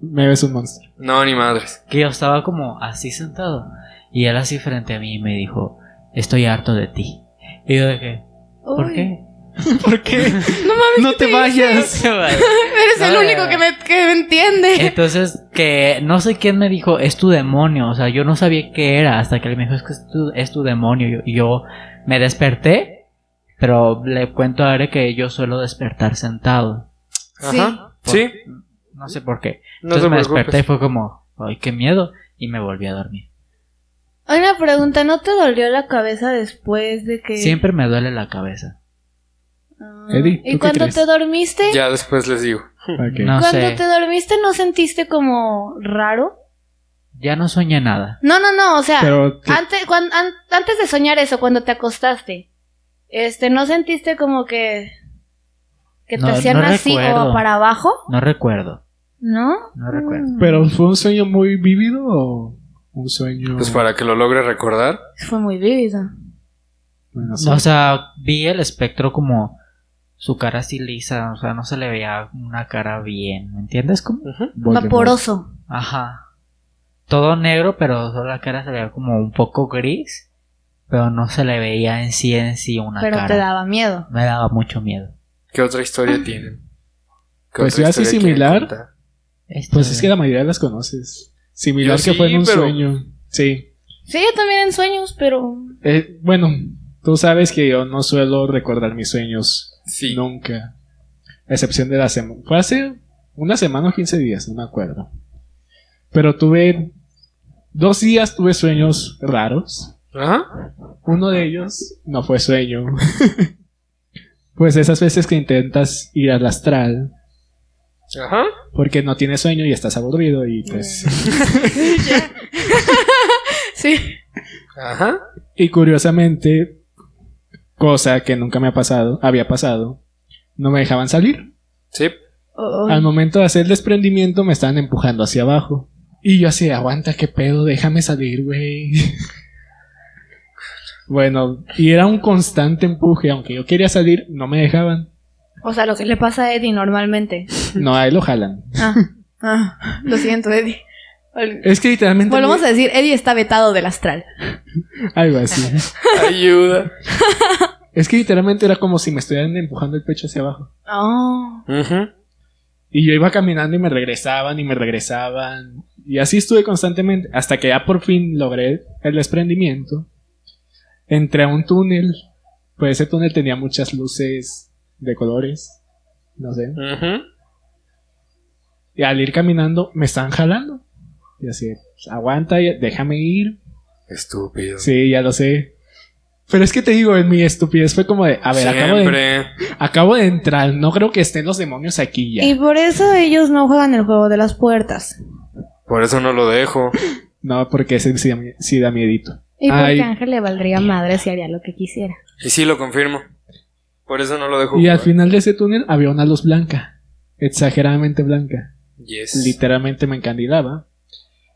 [SPEAKER 2] Me ves un monstruo.
[SPEAKER 6] No, ni madres.
[SPEAKER 4] Que yo estaba como así sentado. Y él así frente a mí y me dijo, estoy harto de ti. Y yo dije, ¿por
[SPEAKER 1] Uy.
[SPEAKER 4] qué?
[SPEAKER 2] ¿Por qué?
[SPEAKER 1] No mames,
[SPEAKER 2] ¡No te vayas!
[SPEAKER 1] eres
[SPEAKER 4] No,
[SPEAKER 1] el
[SPEAKER 4] ya,
[SPEAKER 1] único
[SPEAKER 4] ya.
[SPEAKER 1] que me, que me
[SPEAKER 4] Eh.
[SPEAKER 1] entiende.
[SPEAKER 4] Entonces, que no sé quién me dijo, es tu demonio. O sea, yo no sabía qué era hasta que él me dijo, es que es tu, es tu demonio. Yo- Y yo, me desperté, pero le cuento a Are que yo suelo despertar sentado.
[SPEAKER 6] Ajá.
[SPEAKER 4] Sí.
[SPEAKER 6] Sí,
[SPEAKER 4] No sé por qué.
[SPEAKER 6] no
[SPEAKER 4] Entonces
[SPEAKER 6] te
[SPEAKER 4] me desperté y
[SPEAKER 6] preocupes.
[SPEAKER 4] fue como, ay, qué miedo. Y me volví a dormir.
[SPEAKER 1] Una pregunta, ¿no te dolió la cabeza después de que...
[SPEAKER 4] Siempre me duele la cabeza.
[SPEAKER 1] Ah.
[SPEAKER 2] Eddie, ¿tú
[SPEAKER 1] ¿Y
[SPEAKER 2] qué
[SPEAKER 1] cuando
[SPEAKER 2] crees?
[SPEAKER 1] te dormiste?
[SPEAKER 6] Ya después les digo.
[SPEAKER 2] Ok.
[SPEAKER 4] No
[SPEAKER 1] cuando
[SPEAKER 4] sé.
[SPEAKER 1] te dormiste no sentiste como raro?
[SPEAKER 4] Ya no soñé nada.
[SPEAKER 1] No, no, no, o sea,
[SPEAKER 2] Pero ¿qué-
[SPEAKER 1] antes, cuan- an- antes de soñar eso, cuando te acostaste, este, ¿no sentiste como que... que te
[SPEAKER 4] No,
[SPEAKER 1] hacían
[SPEAKER 4] no
[SPEAKER 1] así
[SPEAKER 4] recuerdo.
[SPEAKER 1] o para abajo?
[SPEAKER 4] No recuerdo.
[SPEAKER 1] ¿No?
[SPEAKER 4] No recuerdo.
[SPEAKER 1] Mm.
[SPEAKER 2] ¿Pero fue un sueño muy vívido o un sueño...?
[SPEAKER 6] Pues para que lo logre recordar.
[SPEAKER 1] Fue muy vívido.
[SPEAKER 2] Bueno, sí.
[SPEAKER 4] O sea, vi el espectro como su cara así lisa, o sea, no se le veía una cara bien, ¿me entiendes? Como,
[SPEAKER 2] Voldemort.
[SPEAKER 1] Vaporoso.
[SPEAKER 4] ajá, todo negro, pero solo la cara se veía como un poco gris, pero no se le veía en sí en sí una
[SPEAKER 1] Pero
[SPEAKER 4] cara.
[SPEAKER 1] te daba miedo.
[SPEAKER 4] Me daba mucho miedo.
[SPEAKER 6] ¿Qué otra historia tienen?
[SPEAKER 2] Mm.
[SPEAKER 6] ¿Qué
[SPEAKER 2] Pues
[SPEAKER 6] otra
[SPEAKER 2] ya así
[SPEAKER 6] historia quieren
[SPEAKER 2] similar.
[SPEAKER 6] contar?
[SPEAKER 4] Esto
[SPEAKER 2] Pues es que la mayoría las conoces. Similar
[SPEAKER 6] Eh. Yo
[SPEAKER 2] que
[SPEAKER 6] sí,
[SPEAKER 2] fue en un
[SPEAKER 6] pero-
[SPEAKER 2] sueño. Sí.
[SPEAKER 1] Sí, yo también en sueños, pero...
[SPEAKER 2] Eh, bueno, tú sabes que yo no suelo recordar mis sueños.
[SPEAKER 6] Sí.
[SPEAKER 2] Nunca. A excepción de la semana. Fue hace una semana o 15 días, no me acuerdo. Pero tuve. Dos días tuve sueños raros.
[SPEAKER 6] Ajá.
[SPEAKER 2] Uno de ellos no fue sueño. pues esas veces que intentas ir al astral
[SPEAKER 6] Ajá.
[SPEAKER 2] porque no tienes sueño y estás aburrido y pues.
[SPEAKER 1] Sí.
[SPEAKER 6] Ajá.
[SPEAKER 2] Y curiosamente, cosa que nunca me ha pasado, había pasado, no me dejaban salir.
[SPEAKER 6] Sí.
[SPEAKER 1] Oh,
[SPEAKER 2] Al momento de hacer el desprendimiento me estaban empujando hacia abajo. Y yo así, aguanta, qué pedo, déjame salir, güey. bueno, y era un constante empuje, aunque yo quería salir, no me dejaban.
[SPEAKER 1] O sea, lo que le pasa a Eddie normalmente.
[SPEAKER 2] No, ahí lo jalan.
[SPEAKER 1] Ah, ah, lo siento, Eddie. Vol-
[SPEAKER 2] Es que literalmente...
[SPEAKER 1] Volvamos a decir, Eddie está vetado del astral.
[SPEAKER 2] Algo así.
[SPEAKER 6] Ayuda.
[SPEAKER 2] es que literalmente era como si me estuvieran empujando el pecho hacia abajo.
[SPEAKER 1] Oh.
[SPEAKER 6] Ujú.
[SPEAKER 2] Y yo iba caminando y me regresaban y me regresaban. Y así estuve constantemente hasta que ya por fin logré el desprendimiento. Entré a un túnel. Pues ese túnel tenía muchas luces de colores. No sé.
[SPEAKER 6] Ujú.
[SPEAKER 2] Y al ir caminando me están jalando. Y así, pues, aguanta, ya- déjame ir.
[SPEAKER 6] Estúpido.
[SPEAKER 2] Sí, ya lo sé. Pero es que te digo, en mi estupidez fue como de, a ver, acabo de,
[SPEAKER 6] Siempre.
[SPEAKER 2] acabo de entrar, no creo que estén los demonios aquí ya.
[SPEAKER 1] Y por eso ellos no juegan el juego de las puertas.
[SPEAKER 6] Por eso no lo dejo.
[SPEAKER 2] No, porque ese sí, da mi- sí da miedito.
[SPEAKER 1] Y
[SPEAKER 2] Ay.
[SPEAKER 1] porque Ángel le valdría madre si haría lo que quisiera.
[SPEAKER 6] Y sí, lo confirmo. Por eso no lo dejo.
[SPEAKER 2] Y al
[SPEAKER 6] jugar.
[SPEAKER 2] final de ese túnel había una luz blanca, exageradamente blanca.
[SPEAKER 6] Yes.
[SPEAKER 2] Literalmente me encandilaba.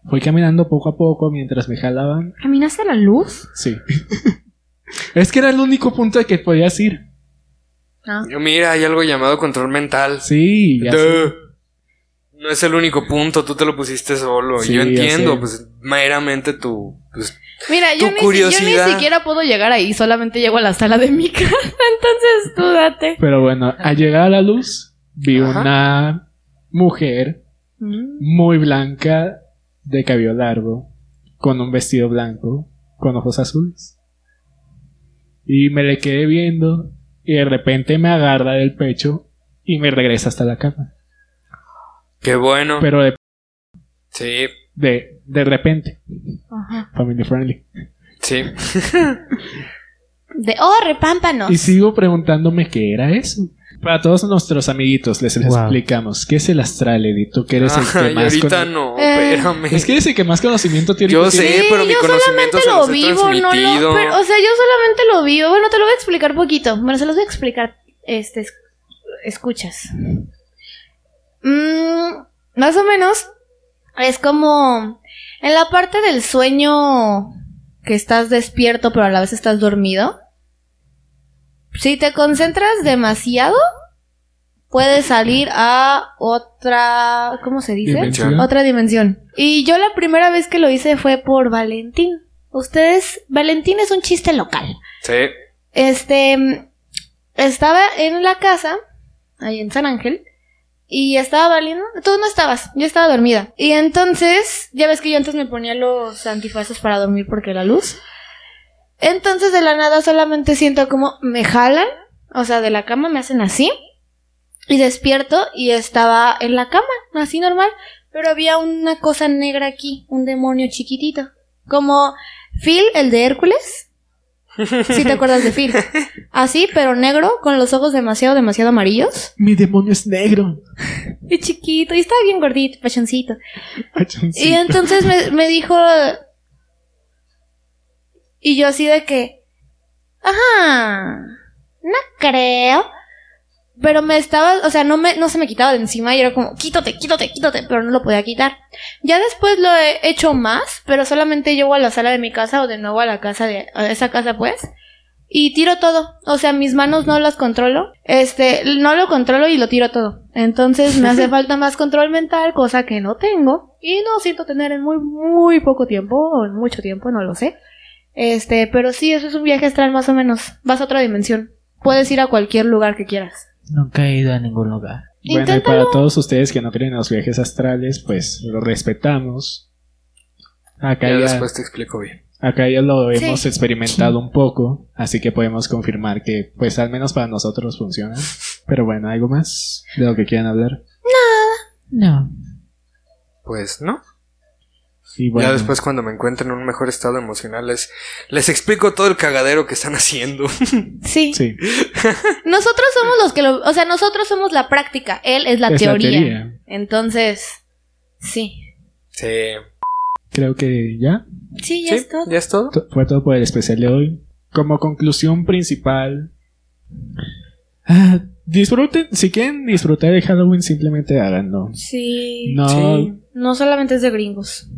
[SPEAKER 2] Fui caminando poco a poco mientras me jalaban.
[SPEAKER 1] ¿Caminaste a la luz?
[SPEAKER 2] Sí. es que era el único punto de que podías ir.
[SPEAKER 6] Yo, Mira, hay algo llamado control mental.
[SPEAKER 2] Sí, ya sé.
[SPEAKER 6] Duh. No es el único punto, tú te lo pusiste solo.
[SPEAKER 2] Sí,
[SPEAKER 6] Yo
[SPEAKER 2] ya
[SPEAKER 6] entiendo,
[SPEAKER 2] sé.
[SPEAKER 6] pues meramente tu, pues,
[SPEAKER 1] Mira,
[SPEAKER 6] Tu
[SPEAKER 1] yo ni, si- yo
[SPEAKER 6] curiosidad.
[SPEAKER 1] ni siquiera puedo llegar ahí, solamente llego a la sala de mi casa, entonces tú date.
[SPEAKER 2] Pero bueno, al llegar a la luz, vi
[SPEAKER 6] Ajá.
[SPEAKER 2] una mujer
[SPEAKER 1] Mm.
[SPEAKER 2] muy blanca, de cabello largo, con un vestido blanco, con ojos azules. Y me le quedé viendo y de repente me agarra del pecho y me regresa hasta la cama.
[SPEAKER 6] Qué bueno.
[SPEAKER 2] Pero de,
[SPEAKER 6] Sí,
[SPEAKER 2] de, de repente,
[SPEAKER 1] Ajá.
[SPEAKER 2] family friendly.
[SPEAKER 6] sí.
[SPEAKER 1] De, oh, repámpanos.
[SPEAKER 2] Y sigo preguntándome qué era eso. Para todos nuestros amiguitos les
[SPEAKER 7] Wow.
[SPEAKER 2] explicamos qué es el astral, Edith. Tú que eres el
[SPEAKER 6] Ay,
[SPEAKER 2] que más
[SPEAKER 6] Ah, ahorita
[SPEAKER 2] cono-
[SPEAKER 6] no,
[SPEAKER 1] Eh.
[SPEAKER 6] espérame.
[SPEAKER 2] Es que eres el que más conocimiento tiene.
[SPEAKER 6] Yo
[SPEAKER 2] porque-
[SPEAKER 6] sé,
[SPEAKER 1] Sí,
[SPEAKER 6] pero mi
[SPEAKER 1] yo solamente
[SPEAKER 6] conocimiento se
[SPEAKER 1] lo
[SPEAKER 6] los he
[SPEAKER 1] vivo, no
[SPEAKER 6] transmitido.
[SPEAKER 1] lo, pero, o sea, yo solamente lo vivo. Bueno, te lo voy a explicar poquito. Bueno, se los voy a explicar, este, es- escuchas. Mm, más o menos es como en la parte del sueño que estás despierto, pero a la vez estás dormido. Si te concentras demasiado, puedes salir a otra, ¿cómo se dice?
[SPEAKER 2] Dimensión.
[SPEAKER 1] Otra dimensión. Y yo la primera vez que lo hice fue por Valentín. Ustedes, Valentín es un chiste local.
[SPEAKER 6] Sí.
[SPEAKER 1] Este, mm, estaba en la casa, ahí en San Ángel, y estaba valiendo. Tú no estabas, yo estaba dormida. Y entonces, ya ves que yo antes me ponía los antifaces para dormir porque la luz. Entonces, de la nada solamente siento como me jalan, o sea, de la cama me hacen así. Y despierto y estaba en la cama, así normal, pero había una cosa negra aquí, un demonio chiquitito. Como Phil, el de Hércules. Si te acuerdas de Phil. Así, pero negro, con los ojos demasiado, demasiado amarillos.
[SPEAKER 2] Mi demonio es negro.
[SPEAKER 1] Y chiquito, y estaba bien gordito, pachoncito. Y entonces me, me dijo. Y yo así de que. Ajá. No creo. Pero me estaba, o sea, no, me, no se me quitaba de encima y era como, quítate, quítate, quítate, pero no lo podía quitar. Ya después lo he hecho más, pero solamente llego a la sala de mi casa o de nuevo a la casa de, a esa casa pues, y tiro todo. O sea, mis manos no las controlo, este, no lo controlo y lo tiro todo. Entonces me hace falta más control mental, cosa que no tengo, y no siento tener en muy, muy poco tiempo, o en mucho tiempo, no lo sé. Este, pero sí, eso es un viaje astral más o menos. Vas a otra dimensión. Puedes ir a cualquier lugar que quieras.
[SPEAKER 7] Nunca he ido a ningún lugar.
[SPEAKER 2] Bueno, y
[SPEAKER 1] Inténtalo.
[SPEAKER 2] para todos ustedes que no creen en los viajes astrales, pues lo respetamos. Acá
[SPEAKER 6] Ya
[SPEAKER 2] ya,
[SPEAKER 6] después te explico bien.
[SPEAKER 2] acá ya lo
[SPEAKER 1] Sí.
[SPEAKER 2] hemos experimentado un poco, así que podemos confirmar que, pues al menos para nosotros funciona. Pero bueno, ¿algo más de lo que quieran hablar?
[SPEAKER 7] No.
[SPEAKER 6] Pues, ¿no?
[SPEAKER 2] Y bueno,
[SPEAKER 6] Ya después cuando me encuentren en un mejor estado emocional les, les explico todo el cagadero que están haciendo.
[SPEAKER 1] Sí.
[SPEAKER 2] sí,
[SPEAKER 1] Nosotros somos los que lo. O sea, nosotros somos la práctica. Él es la,
[SPEAKER 2] Es la
[SPEAKER 1] teoría.
[SPEAKER 2] teoría.
[SPEAKER 1] Entonces. Sí.
[SPEAKER 6] Sí.
[SPEAKER 2] creo que ya.
[SPEAKER 1] Sí, ya
[SPEAKER 6] ¿Sí?
[SPEAKER 1] es todo.
[SPEAKER 6] ¿Ya es todo?
[SPEAKER 2] To- fue todo por el especial de hoy. Como conclusión principal, ah, disfruten, si quieren disfrutar de Halloween, simplemente háganlo.
[SPEAKER 1] Sí.
[SPEAKER 2] No,
[SPEAKER 6] Sí.
[SPEAKER 1] No solamente es de gringos.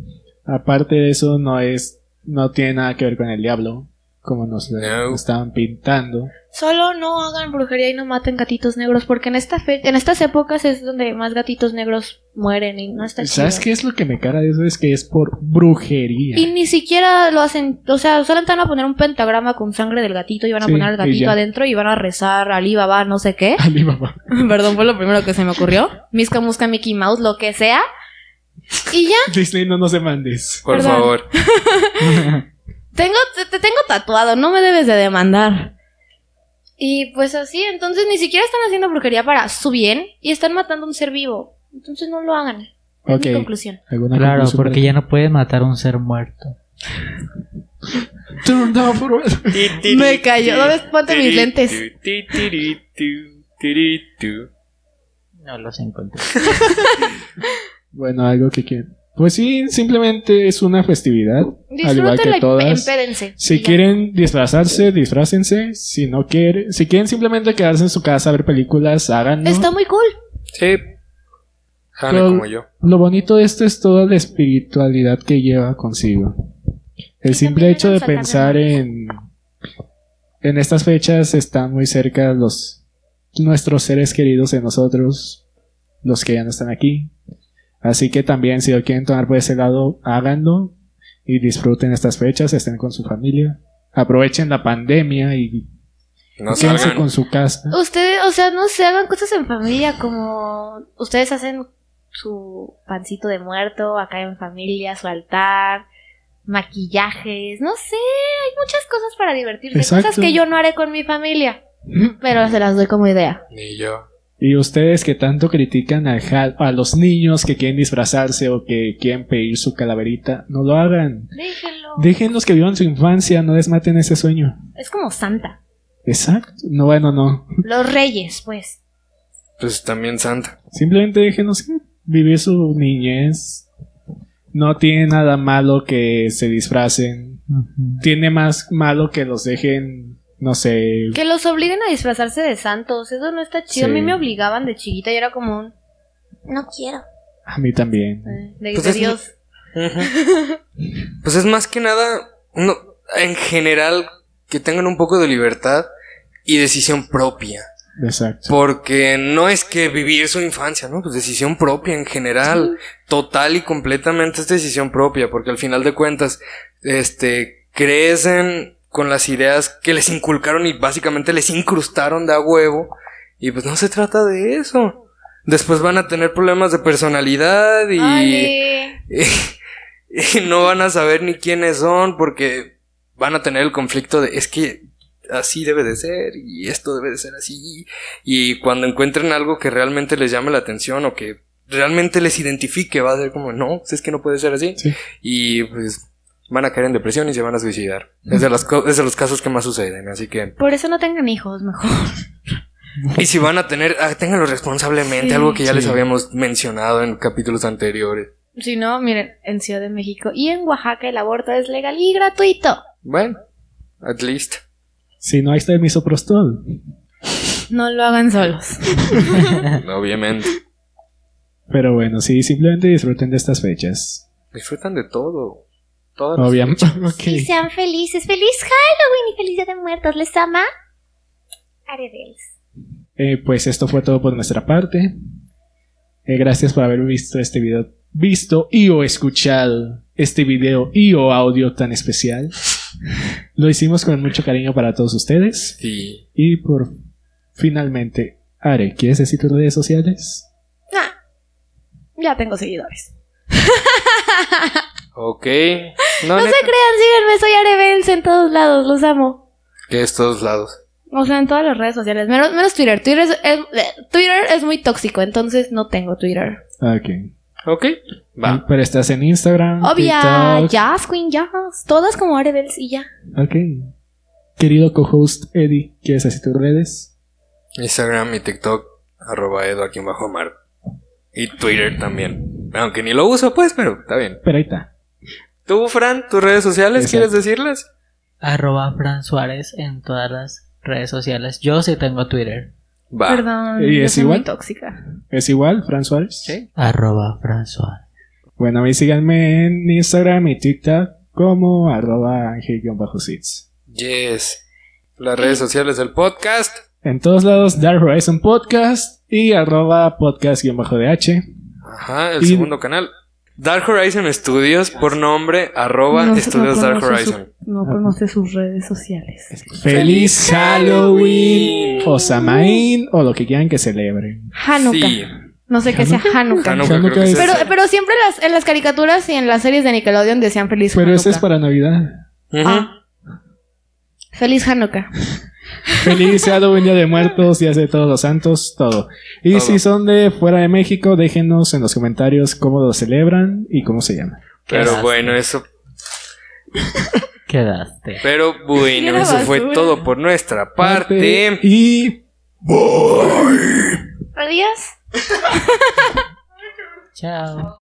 [SPEAKER 2] aparte de eso, no es, no tiene nada que ver con el diablo, como nos lo
[SPEAKER 6] No.
[SPEAKER 2] estaban pintando.
[SPEAKER 1] Solo no hagan brujería y no maten gatitos negros, porque en esta fe, en estas épocas es donde más gatitos negros mueren y no está chido.
[SPEAKER 2] ¿Sabes qué es lo que me cara de eso? Es que es por brujería.
[SPEAKER 1] Y ni siquiera lo hacen, o sea, solamente van a poner un pentagrama con sangre del gatito y van a
[SPEAKER 2] Sí,
[SPEAKER 1] poner al
[SPEAKER 2] y
[SPEAKER 1] gatito
[SPEAKER 2] ya.
[SPEAKER 1] adentro y van a rezar Ali Baba, no sé qué.
[SPEAKER 2] Alibaba.
[SPEAKER 1] Perdón, fue lo primero que se me ocurrió. Misca Musca Mickey Mouse, lo que sea. Y ya,
[SPEAKER 2] Disney, no nos demandes.
[SPEAKER 6] Por
[SPEAKER 1] Perdón.
[SPEAKER 6] favor.
[SPEAKER 1] tengo, te, te tengo tatuado, no me debes de demandar. Y pues así, entonces ni siquiera están haciendo brujería para su bien y están matando a un ser vivo. Entonces no lo hagan. Es
[SPEAKER 2] Ok.
[SPEAKER 1] mi conclusión.
[SPEAKER 2] ¿Alguna
[SPEAKER 7] Claro,
[SPEAKER 2] conclusión
[SPEAKER 7] porque ya no puedes matar a un ser muerto.
[SPEAKER 2] para- Turn down for-
[SPEAKER 1] Me cayó. ¿Dónde- ponte mis lentes?
[SPEAKER 7] No los encontré.
[SPEAKER 2] Bueno, algo que quieran. Pues sí, simplemente es una festividad. al igual
[SPEAKER 1] Disfrútenla
[SPEAKER 2] que
[SPEAKER 1] y
[SPEAKER 2] todas.
[SPEAKER 1] empédense. Y
[SPEAKER 2] Si
[SPEAKER 1] ya.
[SPEAKER 2] quieren disfrazarse, disfrácense. Si no quieren, si quieren simplemente quedarse en su casa a ver películas, háganlo.
[SPEAKER 1] Está muy cool.
[SPEAKER 6] Sí. Jale
[SPEAKER 2] Todo-
[SPEAKER 6] como yo.
[SPEAKER 2] Lo bonito de esto es toda la espiritualidad que lleva consigo. El
[SPEAKER 1] Y
[SPEAKER 2] simple
[SPEAKER 1] también
[SPEAKER 2] hecho
[SPEAKER 1] en
[SPEAKER 2] de
[SPEAKER 1] saltar de
[SPEAKER 2] pensar en en estas fechas están muy cerca los nuestros seres queridos de nosotros, los que ya no están aquí. Así que también si lo quieren tomar por ese lado, háganlo. y disfruten estas fechas, estén con su familia, aprovechen la pandemia y
[SPEAKER 3] No
[SPEAKER 2] quédense
[SPEAKER 3] salgan.
[SPEAKER 2] con su casa.
[SPEAKER 1] Ustedes, o sea, no se hagan cosas en familia como ustedes hacen su pancito de muerto acá en familia, su altar, maquillajes, no sé, hay muchas cosas para divertirse, cosas
[SPEAKER 2] Exacto. Mm.
[SPEAKER 1] que yo no haré con mi familia, pero se las doy como idea.
[SPEAKER 3] Ni yo.
[SPEAKER 2] Y ustedes que tanto critican al Hal- a los niños que quieren disfrazarse o que quieren pedir su calaverita, no lo hagan.
[SPEAKER 1] Déjenlo.
[SPEAKER 2] Déjenlos que vivan su infancia, no les maten ese sueño.
[SPEAKER 1] es como Santa,
[SPEAKER 2] Exacto. No, bueno, no.
[SPEAKER 1] los reyes, pues.
[SPEAKER 3] Pues también Santa.
[SPEAKER 2] Simplemente déjenos vivir su niñez. No tiene nada malo que se disfracen. Tiene más malo que los dejen, no sé.
[SPEAKER 1] Que los obliguen a disfrazarse de santos, eso no está chido. A mí
[SPEAKER 2] Sí.
[SPEAKER 1] me obligaban de chiquita y era como un... No quiero.
[SPEAKER 2] A mí también.
[SPEAKER 1] eh, De,
[SPEAKER 3] Pues
[SPEAKER 1] de
[SPEAKER 3] es-
[SPEAKER 1] Dios.
[SPEAKER 3] Pues es más que nada, uno, en general, que tengan un poco de libertad y decisión propia.
[SPEAKER 2] Exacto.
[SPEAKER 3] Porque no es que vivir su infancia, ¿no? Pues decisión propia en general, total y completamente es decisión propia, porque al final de cuentas, este, crecen con las ideas que les inculcaron y básicamente les incrustaron de a huevo, y pues no se trata de eso. Después van a tener problemas de personalidad y...
[SPEAKER 1] Ay.
[SPEAKER 3] Y, y no van a saber ni quiénes son porque van a tener el conflicto de es que así debe de ser y esto debe de ser así. Y cuando encuentren algo que realmente les llame la atención o que realmente les identifique, va a ser como, no, pues es que no puede ser así.
[SPEAKER 2] Sí.
[SPEAKER 3] Y pues van a caer en depresión y se van a suicidar. Es de, las co- es de los casos que más suceden, así que...
[SPEAKER 1] Por eso no tengan hijos, mejor.
[SPEAKER 3] Y si van a tener, ah, ténganlo responsablemente,
[SPEAKER 1] Sí.
[SPEAKER 3] algo que ya les
[SPEAKER 2] Sí.
[SPEAKER 3] habíamos mencionado en capítulos anteriores.
[SPEAKER 1] Si no, miren, en Ciudad de México y en Oaxaca el aborto es legal y gratuito.
[SPEAKER 3] Bueno, at least.
[SPEAKER 2] Si no, ahí está el misoprostol.
[SPEAKER 1] No lo hagan solos.
[SPEAKER 2] Eh.
[SPEAKER 3] Obviamente.
[SPEAKER 2] Pero bueno, sí, simplemente disfruten de estas fechas.
[SPEAKER 3] Disfrutan de todo. Todas las-
[SPEAKER 2] Obviamente.
[SPEAKER 1] Y
[SPEAKER 2] Ok.
[SPEAKER 1] sean felices. ¡Feliz Halloween y feliz Día de Muertos! ¿Les ama? Aredeles.
[SPEAKER 2] Eh, pues esto fue todo por nuestra parte. Eh, gracias por haber visto este video. Visto y o escuchado este video y o audio tan especial. Lo hicimos con mucho cariño para todos ustedes.
[SPEAKER 3] Sí.
[SPEAKER 2] Y por finalmente, Are, ¿quieres decir tus redes sociales?
[SPEAKER 1] Ah, Ya tengo seguidores.
[SPEAKER 3] Ok.
[SPEAKER 1] No
[SPEAKER 3] No, neta,
[SPEAKER 1] se crean, síganme. Soy Arebels en todos lados. Los amo.
[SPEAKER 3] Que es todos lados.
[SPEAKER 1] O sea, en todas las redes sociales. Menos, menos Twitter. Twitter es, es- eh, Twitter es muy tóxico, entonces no tengo Twitter.
[SPEAKER 2] Ok.
[SPEAKER 3] Ok. Va.
[SPEAKER 2] Pero estás en Instagram.
[SPEAKER 1] Obvia.
[SPEAKER 2] TikTok.
[SPEAKER 1] Jazz, Queen Jazz. Todas como Arebels y ya.
[SPEAKER 2] Ok. Querido co-host Eddie, ¿quieres decir tus redes?
[SPEAKER 3] Instagram y TikTok. Arroba Edo aquí en bajo mar. Y Twitter también. Aunque ni lo uso, pues, pero está bien.
[SPEAKER 2] Pero ahí está.
[SPEAKER 3] ¿Tú, Fran, tus redes sociales,
[SPEAKER 2] Exacto.
[SPEAKER 3] quieres decirlas?
[SPEAKER 4] Arroba Fran Suárez en todas las redes sociales. Yo sí tengo Twitter.
[SPEAKER 3] Va.
[SPEAKER 1] Perdón.
[SPEAKER 2] ¿Y
[SPEAKER 1] yo
[SPEAKER 2] es
[SPEAKER 1] soy
[SPEAKER 2] igual?
[SPEAKER 1] muy tóxica.
[SPEAKER 2] ¿Es igual, Fran Suárez?
[SPEAKER 3] Sí.
[SPEAKER 4] Arroba Fran Suárez.
[SPEAKER 2] Bueno, a mí síganme en Instagram y TikTok como arroba angel-sits.
[SPEAKER 3] Yes. Las redes
[SPEAKER 1] Eh.
[SPEAKER 3] sociales del podcast.
[SPEAKER 2] En todos lados, Dark Horizon Podcast y arroba podcast-dh.
[SPEAKER 3] Ajá, el
[SPEAKER 2] Y-
[SPEAKER 3] segundo canal. Dark Horizon Studios, por nombre, arroba
[SPEAKER 1] No se- no
[SPEAKER 3] Studios Dark
[SPEAKER 1] conoce su-
[SPEAKER 3] Horizon.
[SPEAKER 1] no conoce sus redes sociales.
[SPEAKER 2] ¡Feliz Halloween! O Samaín, o lo que quieran que celebren.
[SPEAKER 1] Hanukkah.
[SPEAKER 3] Sí.
[SPEAKER 1] No sé qué sea Hanukkah.
[SPEAKER 3] Hanukkah, creo que
[SPEAKER 2] Hanukkah es-
[SPEAKER 1] Pero,
[SPEAKER 3] es-
[SPEAKER 1] pero siempre en las, en las caricaturas y en las series de Nickelodeon decían feliz
[SPEAKER 2] Pero
[SPEAKER 1] Hanukkah.
[SPEAKER 2] ese es para Navidad.
[SPEAKER 3] Ujú.
[SPEAKER 1] Ah. Feliz Hanukkah.
[SPEAKER 2] Feliz Halloween, Día de Muertos, Días de Todos los Santos, todo. Y
[SPEAKER 3] Todo.
[SPEAKER 2] si son de fuera de México, déjenos en los comentarios cómo lo celebran y cómo se llama.
[SPEAKER 3] Pero
[SPEAKER 4] Quedaste.
[SPEAKER 3] bueno, eso
[SPEAKER 4] Quedaste.
[SPEAKER 3] Pero bueno,
[SPEAKER 1] Este, Era
[SPEAKER 3] eso fue
[SPEAKER 1] basura.
[SPEAKER 3] todo por nuestra parte.
[SPEAKER 2] Y
[SPEAKER 1] Adiós.
[SPEAKER 4] Chao.